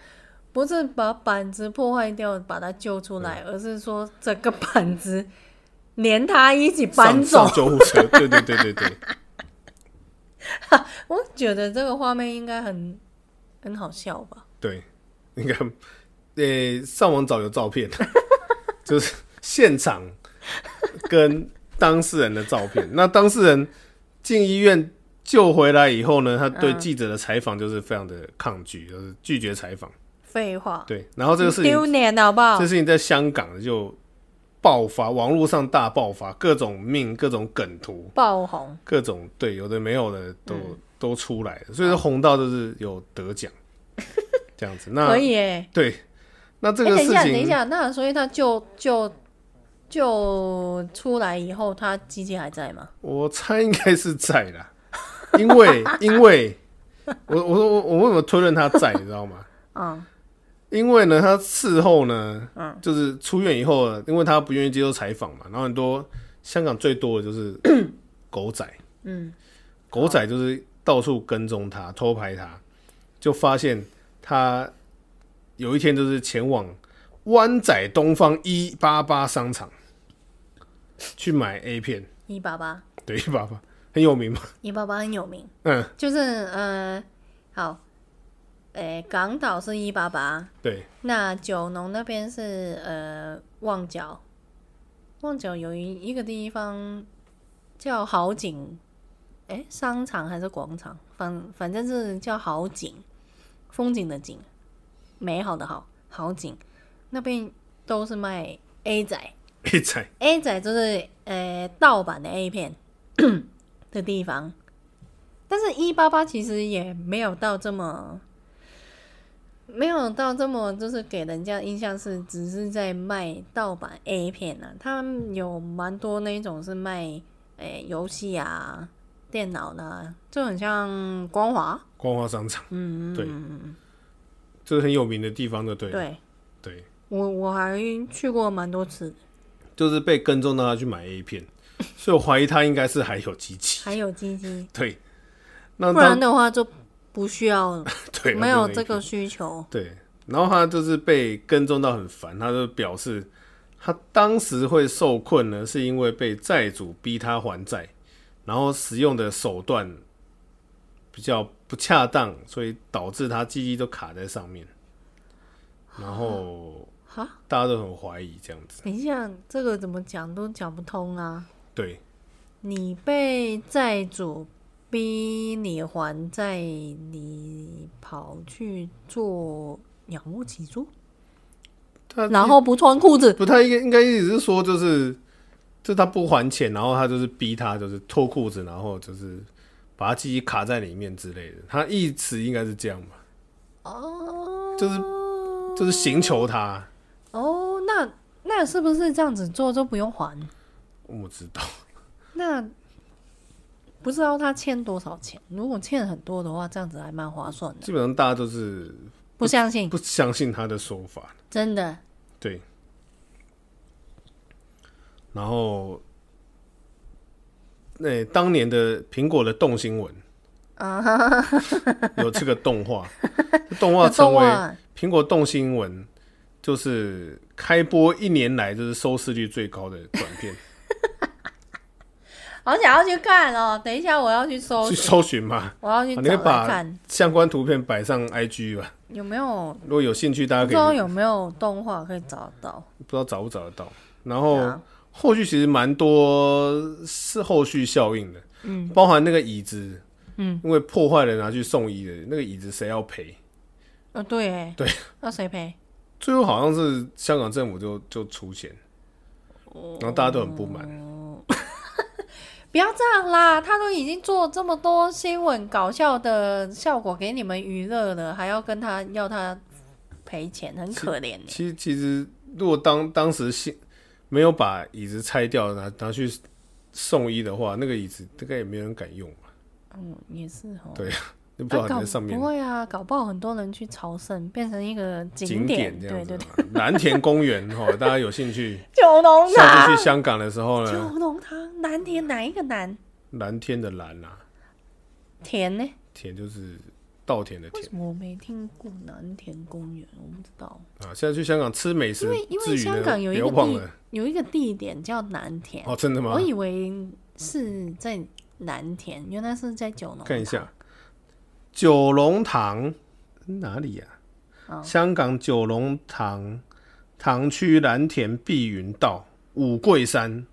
Speaker 1: 不是把板子破坏掉把它救出来，而是说整个板子连他一起搬走
Speaker 2: 上上。救护车，对对对对对，
Speaker 1: 我觉得这个画面应该很很好笑吧？
Speaker 2: 对， <laughs> 你看，呃、上网找有照片， <laughs> 就是现场跟当事人的照片。那当事人进医院救回来以后呢，他
Speaker 1: 嗯
Speaker 2: 对记者的采访就是非常的抗拒，就是拒绝采访。
Speaker 1: 废话，
Speaker 2: 对，然后这个事情
Speaker 1: 丢脸好不好
Speaker 2: 这？事情在香港就爆发，网络上大爆发，各种命、各种梗图、
Speaker 1: 爆红，
Speaker 2: 各种对有的没有的都、
Speaker 1: 嗯
Speaker 2: 都出来了，所以说红到就是有得
Speaker 1: <laughs>
Speaker 2: 奖这样子。那
Speaker 1: 可以哎、
Speaker 2: 对，那这
Speaker 1: 哎、
Speaker 2: 个
Speaker 1: 等一
Speaker 2: 事
Speaker 1: 下，等一
Speaker 2: 情、
Speaker 1: 下，那所以他就就就出来以后，他鸡鸡还在吗？
Speaker 2: 我猜应该是在啦，因为因为我我说我我为什么推论他在，你知道吗？
Speaker 1: 嗯，
Speaker 2: 因为呢，他事后呢，就是出院以后呢，因为他不愿意接受采访嘛，然后很多香港最多的就是狗仔，嗯，狗仔就是到处跟踪他、偷拍他，就发现他有一天就是前往湾仔东方一八八商场去买 A 片，
Speaker 1: 一八八，
Speaker 2: 对，一八八很有名嘛，
Speaker 1: 一八八很有名，
Speaker 2: 嗯，
Speaker 1: 就是呃，好，诶、港岛是一八八，
Speaker 2: 对，
Speaker 1: 那九龙那边是呃旺角，旺角有一一个地方叫好景，哎、商场还是广场，反反正是叫好景，风景的景，美好的好，好景那边都是卖 A 仔
Speaker 2: 一仔，
Speaker 1: ，A 仔就是呃盗版的 A 片 <clears throat> 的地方，但是一八八其实也没有到这么。没有到这么，就是给人家印象是只是在卖盗版 A 片啊，他们有蛮多那一种是卖诶、游戏啊、电脑的啊，就很像光华，
Speaker 2: 光华商场，
Speaker 1: 嗯，
Speaker 2: 对
Speaker 1: 嗯
Speaker 2: 就是很有名的地方，就对
Speaker 1: 嗯
Speaker 2: 了，
Speaker 1: 对，
Speaker 2: 对，
Speaker 1: 我我还去过蛮多次的，
Speaker 2: 就是被跟踪到他去买 A 片，所以我怀疑他应该是还有机器。
Speaker 1: 还有鸡鸡，
Speaker 2: 对，那
Speaker 1: 不
Speaker 2: 他
Speaker 1: 然的话就不需要了，
Speaker 2: <laughs> 对
Speaker 1: 没
Speaker 2: 他
Speaker 1: 有
Speaker 2: 就
Speaker 1: 这
Speaker 2: 那一
Speaker 1: 个需求，
Speaker 2: 对，然后他就是被跟踪到很烦，他就表示他当时会受困呢，是因为被债主逼他还债，然后使用的手段比较不恰当，所以导致他记忆都卡在上面，然后
Speaker 1: 哈，
Speaker 2: 大家都很怀疑这样子。
Speaker 1: 等一下这个怎么讲都讲不通啊。
Speaker 2: 对，
Speaker 1: 你被债主逼你还债，你跑去做仰卧起坐，
Speaker 2: 他
Speaker 1: 然后不穿裤子，
Speaker 2: 不太应该，应该意思是说，就是就他不还钱，然后他就是逼他，就是脱裤子，然后就是把他记忆卡在里面之类的。他意思应该是这样吧，
Speaker 1: 哦，
Speaker 2: 就是就是刑求他。
Speaker 1: 哦，那那是不是这样子做就不用还？
Speaker 2: 我知道，
Speaker 1: 那不知道他欠多少钱，如果欠很多的话，这样子还蛮划算的。
Speaker 2: 基本上大家都是
Speaker 1: 不相信，
Speaker 2: 不相信他的说法，
Speaker 1: 真的
Speaker 2: 对。然后，那、当年的苹果的动新闻
Speaker 1: 啊， <laughs> 哈哈
Speaker 2: 有这个动画，这动
Speaker 1: 哈
Speaker 2: 画成
Speaker 1: 动
Speaker 2: 为
Speaker 1: 画
Speaker 2: 苹果动新闻就是开播一年来就是收视率最高的短片，
Speaker 1: 好想要去看 <laughs> 哦。等一下我要去搜
Speaker 2: 去，搜寻嘛，
Speaker 1: 我要去
Speaker 2: 啊
Speaker 1: 找
Speaker 2: 你会
Speaker 1: 来
Speaker 2: 把
Speaker 1: 看
Speaker 2: 相关图片摆上 IG 吧。
Speaker 1: 有没有
Speaker 2: 如果有兴趣，大
Speaker 1: 不
Speaker 2: 家
Speaker 1: 知道
Speaker 2: 可以
Speaker 1: 有没有动画可以找到。
Speaker 2: 不知道找不找得到。然
Speaker 1: 对
Speaker 2: 后
Speaker 1: 啊
Speaker 2: 后续其实蛮多是后续效应的，嗯，包含那个椅子，
Speaker 1: 嗯，
Speaker 2: 因为破坏了拿去送医的那个椅子谁要赔？
Speaker 1: 呃，对耶，
Speaker 2: 对，
Speaker 1: 那谁赔？
Speaker 2: 最后好像是香港政府就就出钱，然后大家都很不满。
Speaker 1: 不要这样啦，他都已经做这么多新闻搞笑的效果给你们娱乐了，还要跟他要他赔钱，很可怜耶。
Speaker 2: 其实其实，如果当当时新没有把椅子拆掉，拿拿去送医的话，那个椅子大概也没有人敢用吧？
Speaker 1: 嗯，也是哦。
Speaker 2: 对就不知
Speaker 1: 啊
Speaker 2: 道你
Speaker 1: 搞
Speaker 2: 在上面
Speaker 1: 不会啊，搞不好很多人去朝圣，变成一个
Speaker 2: 景
Speaker 1: 点。
Speaker 2: 这
Speaker 1: 对
Speaker 2: 样子
Speaker 1: 对
Speaker 2: 嘛
Speaker 1: 对，。
Speaker 2: 蓝田公园哈，大家有兴
Speaker 1: <laughs>
Speaker 2: 趣
Speaker 1: 九龙
Speaker 2: 下次
Speaker 1: 塘，
Speaker 2: 去香港的时候
Speaker 1: 九
Speaker 2: 呢，
Speaker 1: 龙塘南田哪一个南
Speaker 2: 蓝天的蓝啊，
Speaker 1: 田呢？
Speaker 2: 田就是稻田的
Speaker 1: 为
Speaker 2: 田
Speaker 1: 什么我没听过南田公园？我不知道。
Speaker 2: 啊。现在去香港吃美食
Speaker 1: 因为因为
Speaker 2: 之余
Speaker 1: 香
Speaker 2: 呢，
Speaker 1: 港有一个
Speaker 2: 不要忘了哦
Speaker 1: 地有一个地点叫南田，
Speaker 2: 哦，真的吗
Speaker 1: 我？以为是在蓝田，原来是在九龙。
Speaker 2: 看一，下，九龙塘哪里呀、香港九龙塘塘区蓝田碧云道五桂山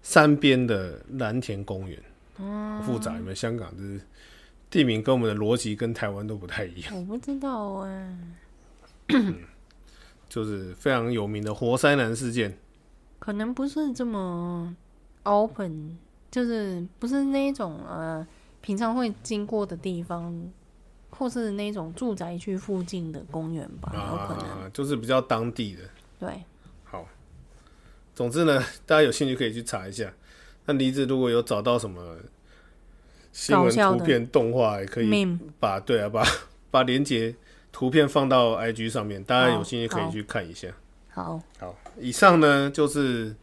Speaker 2: 山边的蓝田公园，好复杂。有没有香港就是地名跟我们的逻辑跟台湾都不太一样，
Speaker 1: 我不知道哎、
Speaker 2: 就是非常有名的活塞男事件。
Speaker 1: 可能不是这么 open，就是不是那种呃平常会经过的地方，或是那种住宅区附近的公园吧，有可能。
Speaker 2: 啊，就是比较当地的。
Speaker 1: 对，
Speaker 2: 好，总之呢， <laughs> 大家有兴趣可以去查一下。那梨子如果有找到什么新
Speaker 1: 搞
Speaker 2: 闻
Speaker 1: 笑的
Speaker 2: 图片、动画，也可以
Speaker 1: meme
Speaker 2: 把对啊，把 <laughs> 把连接图片放到 IG 上面，大家有兴趣可以去看一下。
Speaker 1: 好，
Speaker 2: 好，以上呢就是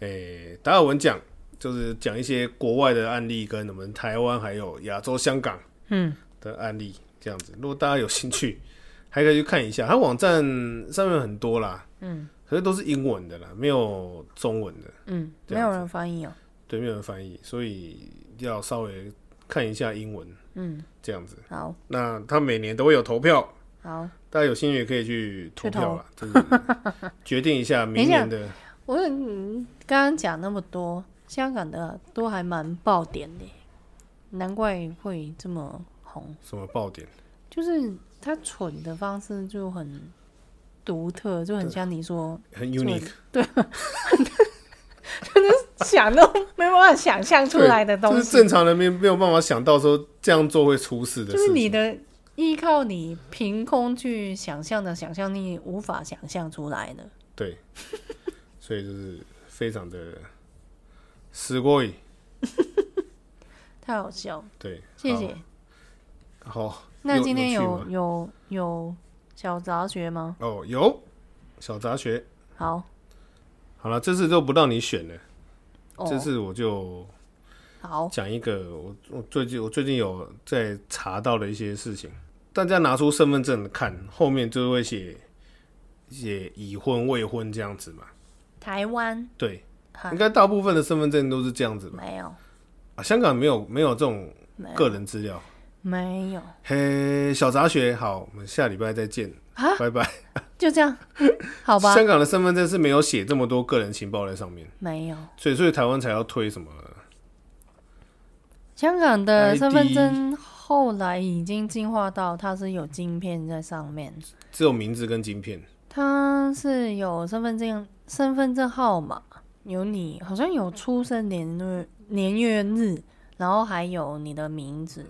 Speaker 2: 诶、达尔文奖，就是讲一些国外的案例跟我们台湾还有亚洲香港
Speaker 1: 嗯，
Speaker 2: 的案例这样子。如果大家有兴趣，还可以去看一下，它网站上面很多啦，嗯，可是都是英文的啦，没有中文的，
Speaker 1: 嗯，
Speaker 2: 这
Speaker 1: 没
Speaker 2: 样
Speaker 1: 有
Speaker 2: 子
Speaker 1: 人翻译哦、
Speaker 2: 对，没有人翻译，所以要稍微看一下英文
Speaker 1: 嗯，
Speaker 2: 这样子。
Speaker 1: 好，
Speaker 2: 那它每年都会有投票，
Speaker 1: 好，
Speaker 2: 大家有兴趣也可以去投票啦，就是决定一下明年 <laughs> 的。
Speaker 1: 我嗯刚刚讲那么多，香港的都还蛮爆点的，难怪会这么红，
Speaker 2: 什么爆点？
Speaker 1: 就是他蠢的方式就很独特，就很像你说
Speaker 2: 很 unique，
Speaker 1: 想都没办法想象出来的
Speaker 2: 就
Speaker 1: 东
Speaker 2: 是
Speaker 1: 西，
Speaker 2: 正常人没没有办法想到说这样做会出事的
Speaker 1: 就
Speaker 2: 事情。
Speaker 1: 是你的依靠你凭空去想象的想象力无法想象出来的。
Speaker 2: 对， <laughs> 所以就是非常的すごい。
Speaker 1: 太好笑了，
Speaker 2: 对，
Speaker 1: 谢谢。
Speaker 2: 好。好，
Speaker 1: 那今天
Speaker 2: 有
Speaker 1: 有
Speaker 2: 趣吗
Speaker 1: 有有小杂学吗？
Speaker 2: 哦有小杂学。
Speaker 1: 好，
Speaker 2: 好了，这次就不让你选了，
Speaker 1: 哦，
Speaker 2: 这次我就
Speaker 1: 好，
Speaker 2: 讲一个我我最近我最近有在查到的一些事情。大家拿出身份证看，后面就会写写已婚、未婚这样子嘛。
Speaker 1: 台湾
Speaker 2: 对，
Speaker 1: 哈
Speaker 2: 应该大部分的身份证都是这样子吧？
Speaker 1: 没有，
Speaker 2: 啊，香港没有没有这种
Speaker 1: 没有，
Speaker 2: 个人资料。
Speaker 1: 没有，
Speaker 2: 嘿，小杂学，好，我们下礼拜再见，
Speaker 1: 啊
Speaker 2: 拜拜。
Speaker 1: 就这样，
Speaker 2: <laughs>
Speaker 1: 好吧，
Speaker 2: 香港的身份证是没有写这么多个人情报在上面，
Speaker 1: 没有。
Speaker 2: 所以所以台湾才要推什么
Speaker 1: 香港的
Speaker 2: ID
Speaker 1: 身份证后来已经进化到它是有晶片在上面，
Speaker 2: 只有名字跟晶片。
Speaker 1: 它是有身份证、身份证号码，有你好像有出生年月年月日，然后还有你的名字，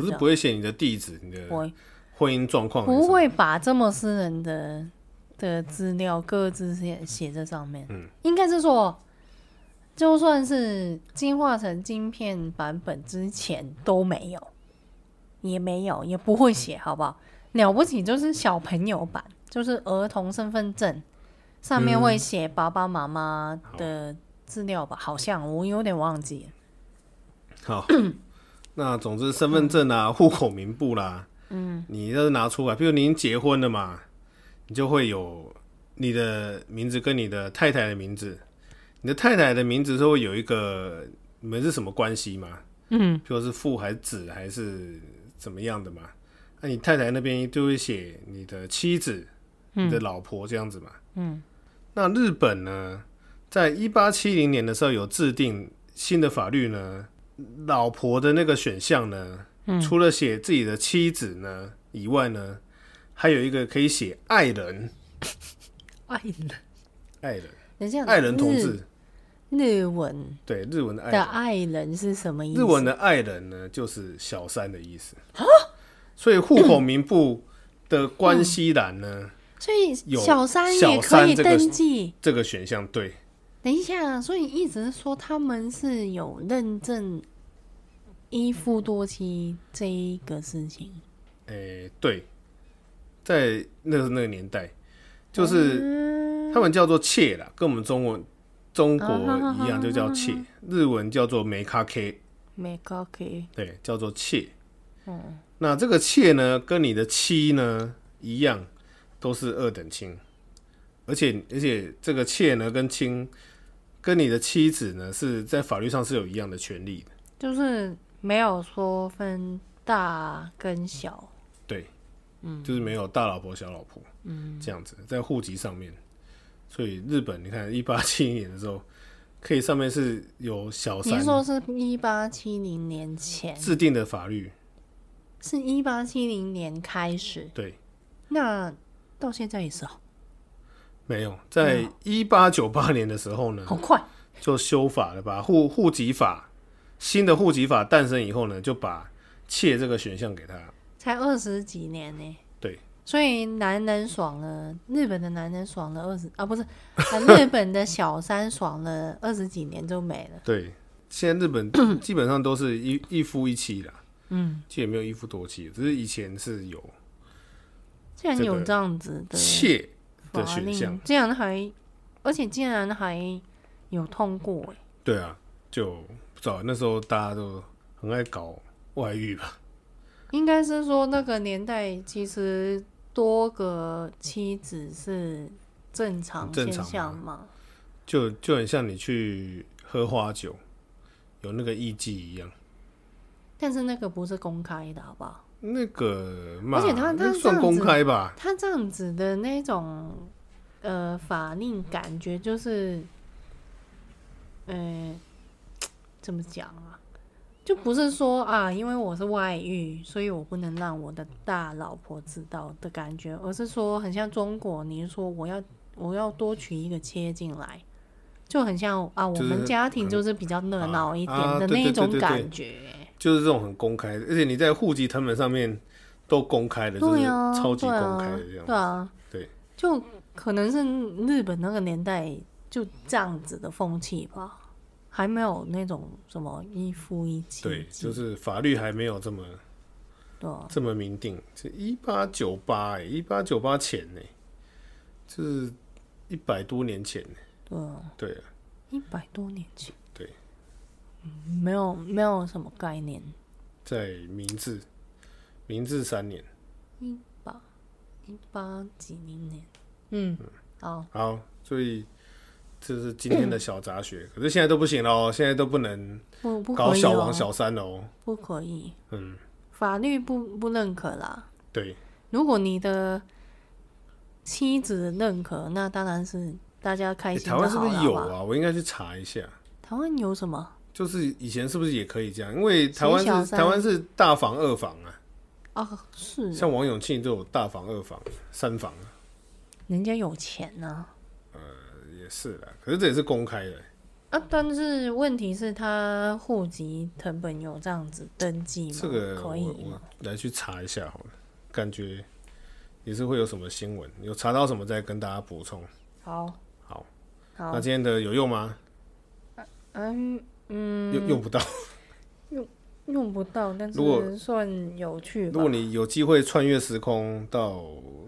Speaker 1: 就是这样
Speaker 2: 不会写你的地址、你的
Speaker 1: 我
Speaker 2: 婚姻状况，
Speaker 1: 不，会把这么私人的的资料各自写写在上面。
Speaker 2: 嗯，
Speaker 1: 应该是说，就算是进化成晶片版本之前都没有，也没有，也不会写，好不好？了不起就是小朋友版，就是儿童身份证上面会写爸爸妈妈的资料吧？好像我有点忘记了。
Speaker 2: 好。 <clears throat> 那总之，身份证
Speaker 1: 嗯
Speaker 2: 啊、户口名簿啦，嗯，你要是拿出来，比如您结婚了嘛，你就会有你的名字跟你的太太的名字，你的太太的名字是会有一个你们是什么关系嘛？
Speaker 1: 嗯，
Speaker 2: 譬如是父还是子还是怎么样的嘛？那、你太太那边就会写你的妻子、你的老婆这样子嘛？
Speaker 1: 嗯，
Speaker 2: 那日本呢，在一八七零年的时候有制定新的法律呢，老婆的那个选项呢，除了写自己的妻子呢以外呢，还有一个可以写爱人，
Speaker 1: 爱人，
Speaker 2: 爱人，
Speaker 1: 等一下，
Speaker 2: 爱人同志，
Speaker 1: 日日文
Speaker 2: 对，日文的爱
Speaker 1: 的
Speaker 2: 人。
Speaker 1: 爱人是什么意思？
Speaker 2: 日文的爱人呢，就是小三的意思。所以户口名簿的关系栏呢，
Speaker 1: 所以
Speaker 2: 有
Speaker 1: 小三
Speaker 2: 小
Speaker 1: 也可
Speaker 2: 三
Speaker 1: 以
Speaker 2: 这个
Speaker 1: 登记。
Speaker 2: 这个选项对
Speaker 1: 等一下，所以一直说他们是有认证一夫多妻这一个事情，
Speaker 2: 诶、对，在那个那个年代，就是
Speaker 1: 是
Speaker 2: 他们叫做妾啦，跟我们中文中国
Speaker 1: 啊
Speaker 2: 一样，就叫妾，日文叫做梅卡 K，
Speaker 1: 没搞给
Speaker 2: 对，叫做妾。那这个妾呢，跟你的妻呢一样，都是二等亲，而且而且这个妾呢跟亲跟你的妻子呢是在法律上是有一样的权利的，
Speaker 1: 就是没有说分大跟小，
Speaker 2: 对，嗯，就是没有大老婆小老婆，嗯，这样子在户籍上面，所以日本你看一八七一年的时候，可以上面是有小
Speaker 1: 你
Speaker 2: 三
Speaker 1: 是说是一八七零年前，
Speaker 2: 制定的法律，
Speaker 1: 是一八七零年开始，
Speaker 2: 对，
Speaker 1: 那到现在也是哦，
Speaker 2: 没有在一八九八年的时候呢，
Speaker 1: 好快，
Speaker 2: 就修法了，把户户籍法新的户籍法诞生以后呢，就把妾这个选项给他，
Speaker 1: 才二十几年呢、
Speaker 2: 对，
Speaker 1: 所以男人爽了，日本的男人爽了二十啊，不是、 <laughs> 啊，日本的小三爽了二十几年就没了。
Speaker 2: 对，现在日
Speaker 1: <coughs>
Speaker 2: 本基本上都是一一夫一妻啦，
Speaker 1: 嗯，
Speaker 2: 其实也没有一夫多妻，只是以前是有
Speaker 1: 竟然有这样子的
Speaker 2: 妾的
Speaker 1: 法
Speaker 2: 选项
Speaker 1: 令，，竟然还，而且竟然还有通过哎、
Speaker 2: 对啊，就不知道那时候大家都很爱搞外遇吧，
Speaker 1: 应该是说那个年代其实多个妻子是正常
Speaker 2: 正
Speaker 1: 现
Speaker 2: 常
Speaker 1: 象嘛，
Speaker 2: 就就很像你去喝花酒，有那个艺妓一样。
Speaker 1: 但是那个不是公开的，好不好？
Speaker 2: 那个嘛，
Speaker 1: 而且他他
Speaker 2: 那
Speaker 1: 这
Speaker 2: 算
Speaker 1: 样
Speaker 2: 公
Speaker 1: 子
Speaker 2: 开吧？
Speaker 1: 他这样子的那种呃法令，感觉就是，呃，怎么讲啊？就不是说啊，因为我是外遇，所以我不能让我的大老婆知道的感觉，而是说很像中国，你是说我要我要多娶一个切进来，就很像啊，我
Speaker 2: 就是
Speaker 1: 们家庭就是比较热闹一点的
Speaker 2: 啊对
Speaker 1: 那
Speaker 2: 对
Speaker 1: 一种
Speaker 2: 对对对
Speaker 1: 感觉。
Speaker 2: 就是这种很公开的，而且你在户籍成本上面都公开的，就是
Speaker 1: 对啊，
Speaker 2: 超级
Speaker 1: 对
Speaker 2: 公开
Speaker 1: 啊
Speaker 2: 的这样。
Speaker 1: 对啊，
Speaker 2: 对，
Speaker 1: 就可能是日本那个年代就这样子的风气吧，还没有那种什么一夫一妻制。
Speaker 2: 对，就是法律还没有这么
Speaker 1: 对啊
Speaker 2: 这么明定，是一八九八哎，一八九八前呢、就是一百多年前、欸。
Speaker 1: 对啊，
Speaker 2: 对啊，
Speaker 1: 一百多年前。
Speaker 2: 对
Speaker 1: 嗯，没有没有什么概念
Speaker 2: 在明治，明治三年。
Speaker 1: 吧？一八几零年，嗯，好，
Speaker 2: 好，所以这是今天的小
Speaker 1: <coughs>
Speaker 2: 杂学，可是现在都不行了哦，现在都不能
Speaker 1: 不不
Speaker 2: 搞
Speaker 1: 可以
Speaker 2: 小王
Speaker 1: 哦，
Speaker 2: 小三了哦。
Speaker 1: 不可以，
Speaker 2: 嗯，
Speaker 1: 法律不不认可啦。
Speaker 2: 对，
Speaker 1: 如果你的妻子认可，那当然是大家开
Speaker 2: 欸
Speaker 1: 心、就
Speaker 2: 台湾是不
Speaker 1: 好
Speaker 2: 是
Speaker 1: 了
Speaker 2: 有
Speaker 1: 吧？
Speaker 2: 啊？我应该去查一下。
Speaker 1: 台湾有什么？
Speaker 2: 就是以前是不是也可以这样？因为台湾
Speaker 1: 小
Speaker 2: 是
Speaker 1: 三
Speaker 2: 台湾是大房二房啊，
Speaker 1: 哦，是
Speaker 2: 像王永庆就有大房二房三房啊
Speaker 1: 人家有钱呢、
Speaker 2: 也是啦。可是这也是公开的、
Speaker 1: 啊。但是问题是他户籍成本有这样子登记吗？
Speaker 2: 这个我
Speaker 1: 可以
Speaker 2: 我
Speaker 1: 吗？
Speaker 2: 来去查一下好了，感觉也是会有什么新闻，有查到什么再跟大家补充。
Speaker 1: 好，
Speaker 2: 好，
Speaker 1: 好
Speaker 2: 那，今天的有用吗？
Speaker 1: 嗯嗯，
Speaker 2: 用用不到。 <laughs>
Speaker 1: 用不到，但
Speaker 2: 如果
Speaker 1: 是算有趣吧
Speaker 2: 如。果你有机会穿越时空到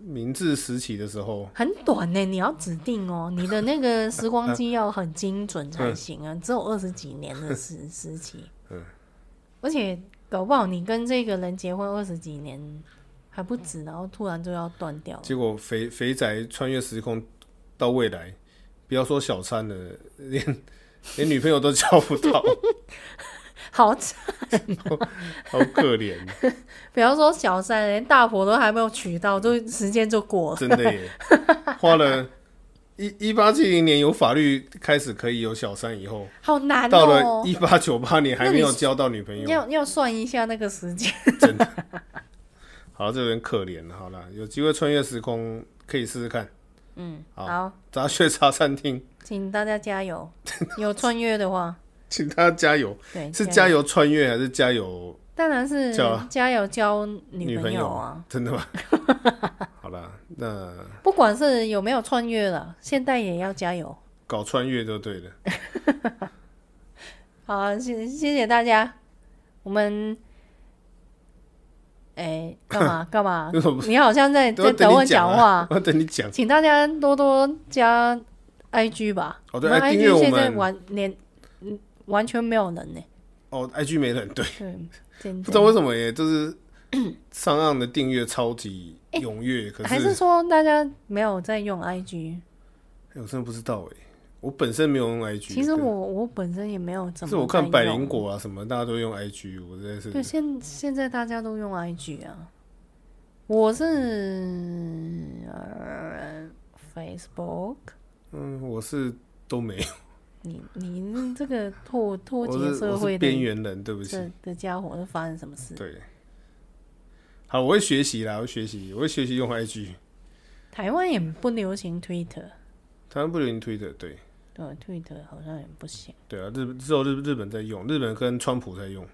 Speaker 2: 明治时期的时候，
Speaker 1: 很短呢、你要指定哦，你的那个时光机要很精准才行啊，只有二十几年的时时期，
Speaker 2: 嗯
Speaker 1: 而且搞不好你跟这个人结婚二十几年还不止，然后突然就要断掉了，
Speaker 2: 结果肥肥宅穿越时空到未来，不要说小三了，连连女朋友都交不到， <laughs>
Speaker 1: 好惨！
Speaker 2: 好可怜，
Speaker 1: 比方说小三，连大婆都还没有娶到，就时间就过了，
Speaker 2: 真的耶！花了一一八七零年有法律开始可以有小三以后，
Speaker 1: 好难
Speaker 2: 到了
Speaker 1: 哦、
Speaker 2: 一八九八年还没有交到女朋友，
Speaker 1: 要要算一下那个时间，
Speaker 2: 好，这有点可怜。好了，有机会穿越时空可以试试看。
Speaker 1: 嗯，
Speaker 2: 好
Speaker 1: 好，
Speaker 2: 杂学茶餐厅， <laughs>
Speaker 1: 请大家加油，有穿越的话，
Speaker 2: 请大家加油，
Speaker 1: 对，
Speaker 2: 是哎加油穿越还是加油
Speaker 1: 当然是
Speaker 2: 叫
Speaker 1: 加油交
Speaker 2: 女
Speaker 1: 女
Speaker 2: 朋
Speaker 1: 朋
Speaker 2: 友
Speaker 1: 友啊，？
Speaker 2: 真的吗？ <laughs> 好啦，那
Speaker 1: 不管是有没有穿越了，现在也要加油。
Speaker 2: 搞穿越就对了。
Speaker 1: 好啊，谢谢谢大家，我们。哎，干
Speaker 2: <laughs>
Speaker 1: 嘛干嘛
Speaker 2: 为什么？
Speaker 1: 你好像在
Speaker 2: 都要
Speaker 1: 哎在等我
Speaker 2: 你讲
Speaker 1: 讲
Speaker 2: 啊
Speaker 1: 话，，
Speaker 2: <laughs> 我要等你讲。
Speaker 1: 请大家多多加 IG 吧。
Speaker 2: 哦对
Speaker 1: 我们
Speaker 2: 哎订阅我
Speaker 1: IG 现在
Speaker 2: 们
Speaker 1: 完连嗯完全没有人呢。
Speaker 2: 哦，IG 没人对，
Speaker 1: 对，真
Speaker 2: 不知道
Speaker 1: 的。
Speaker 2: 为什么耶，就是 <coughs> 上岸的订阅超级
Speaker 1: 哎
Speaker 2: 踊跃，可
Speaker 1: 还是说大家没有在用 IG？
Speaker 2: 哎我真的不知道哎，我本身没有用 IG，
Speaker 1: 其实
Speaker 2: 对
Speaker 1: 我我本身也没有怎么。
Speaker 2: 是我看百灵。果啊什么，大家都用 IG，我真的是
Speaker 1: 对，现现在大家都用 IG 啊，我是、呃 Facebook。
Speaker 2: 嗯，我是都没
Speaker 1: <laughs>
Speaker 2: 有，
Speaker 1: 你你这个脱脱
Speaker 2: 我
Speaker 1: 节
Speaker 2: 是
Speaker 1: 社
Speaker 2: 我
Speaker 1: 会
Speaker 2: 是边
Speaker 1: 的
Speaker 2: 缘人，对不起。
Speaker 1: 这的家伙是发生什么事？
Speaker 2: 对，好，我会学习啦，我会学习，我会学习用 IG。
Speaker 1: 台湾也不流行 Twitter，
Speaker 2: 台湾不流行 Twitter，对
Speaker 1: 对 Twitter 好像也不行。
Speaker 2: 对啊，日只有日日本在用，日本跟川普在用。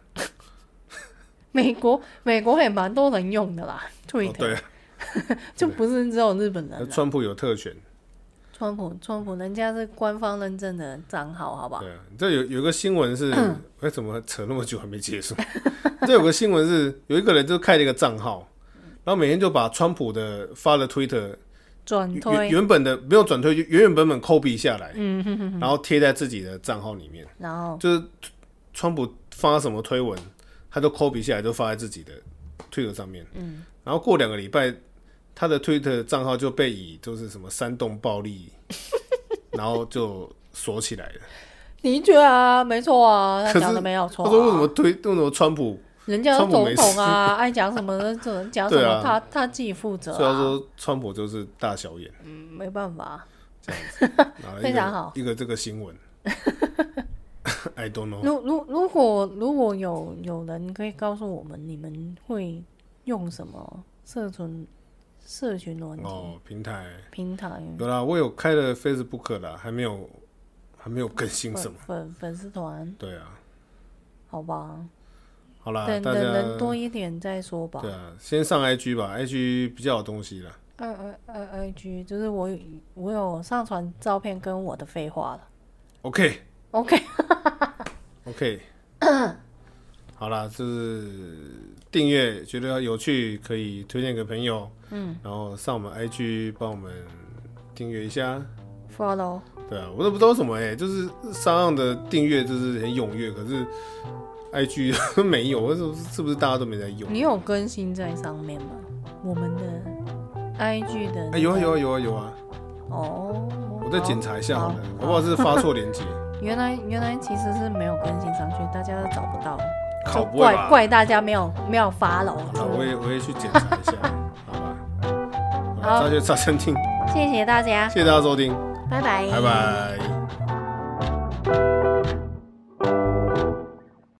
Speaker 1: 美国美国也蛮多人用的啦
Speaker 2: 哦，
Speaker 1: ，Twitter、
Speaker 2: 对啊，
Speaker 1: <laughs> 就不是只有日本人啦。啊
Speaker 2: 川普有特权。
Speaker 1: 川普川普人家是官方认证的账号，好不好？
Speaker 2: 对啊，这有有一个新闻是，
Speaker 1: 嗯
Speaker 2: 为什么扯那么久还没结束？这有个新闻是，有一个人就开了一个账号，然后每天就把川普的发的 Twitter
Speaker 1: 转
Speaker 2: 原
Speaker 1: 推，嗯
Speaker 2: 原本的没有转推，就原原本本 copy 下来，然后贴在自己的账号里面。
Speaker 1: 然后
Speaker 2: 就是川普发什么推文，他都 copy 下来，都发在自己的 Twitter 上面。嗯，然后过两个礼拜，他的 Twitter 账号就被以就是什么煽动
Speaker 1: <laughs>
Speaker 2: 暴力，然后就锁起来了。
Speaker 1: 的确啊，没错啊，他讲的没有错、
Speaker 2: 他说为什
Speaker 1: 啊。
Speaker 2: 么推为什么川普？
Speaker 1: 人家是
Speaker 2: 川普
Speaker 1: 总
Speaker 2: 没
Speaker 1: 统啊，爱讲什么的这种讲什
Speaker 2: 对
Speaker 1: 么，
Speaker 2: 啊
Speaker 1: 他他自己负责
Speaker 2: 所以他
Speaker 1: 啊，
Speaker 2: 说川普就是大小眼，
Speaker 1: 嗯没办法。
Speaker 2: 然后一个
Speaker 1: 非常好
Speaker 2: 一个这个
Speaker 1: <laughs>
Speaker 2: 新闻。I don't know，
Speaker 1: 如如如果如果有有人可以告诉我们，你们会用什么社群社群软体、
Speaker 2: 哦，平台
Speaker 1: 平台
Speaker 2: 有啦，我有开了 Facebook 啦，还没有还没有更新什
Speaker 1: 粉
Speaker 2: 么。
Speaker 1: 粉粉丝团？
Speaker 2: 对啊，
Speaker 1: 好吧，
Speaker 2: 好啦，
Speaker 1: 等
Speaker 2: 大
Speaker 1: 等
Speaker 2: 家
Speaker 1: 人多一点再说吧
Speaker 2: 对。啊，先上 IG 吧，IG 比较有东西啦。
Speaker 1: 二二二 I G 就是我有我有上传照片跟我的废话了。
Speaker 2: OK
Speaker 1: OK，
Speaker 2: OK，好啦，就是订阅，觉得有趣可以推荐给朋友，嗯，然后上我们 IG 帮我们订阅一下。
Speaker 1: follow
Speaker 2: 对啊，我都不知道为什么哎、就是上岸的订阅就是很踊跃，可是 IG <laughs> 没有，为什么是不是大家都没在用？
Speaker 1: 你有更新在上面吗？我们的 I G 的、
Speaker 2: 哎、有啊有啊有啊有啊，
Speaker 1: 哦，
Speaker 2: 我再检查一下好了，
Speaker 1: 好
Speaker 2: 我不好是发错链接，
Speaker 1: 原来原来其实是没有更新上去，大家都找不到，
Speaker 2: 考不会
Speaker 1: 怪
Speaker 2: 吧？
Speaker 1: 怪大家没有没有发了。
Speaker 2: 好，我也我也去检查一下，好吧。
Speaker 1: 好
Speaker 2: 好，那就茶餐厅，
Speaker 1: 谢谢大家，
Speaker 2: 谢谢大家收听，
Speaker 1: 拜拜，
Speaker 2: 拜拜。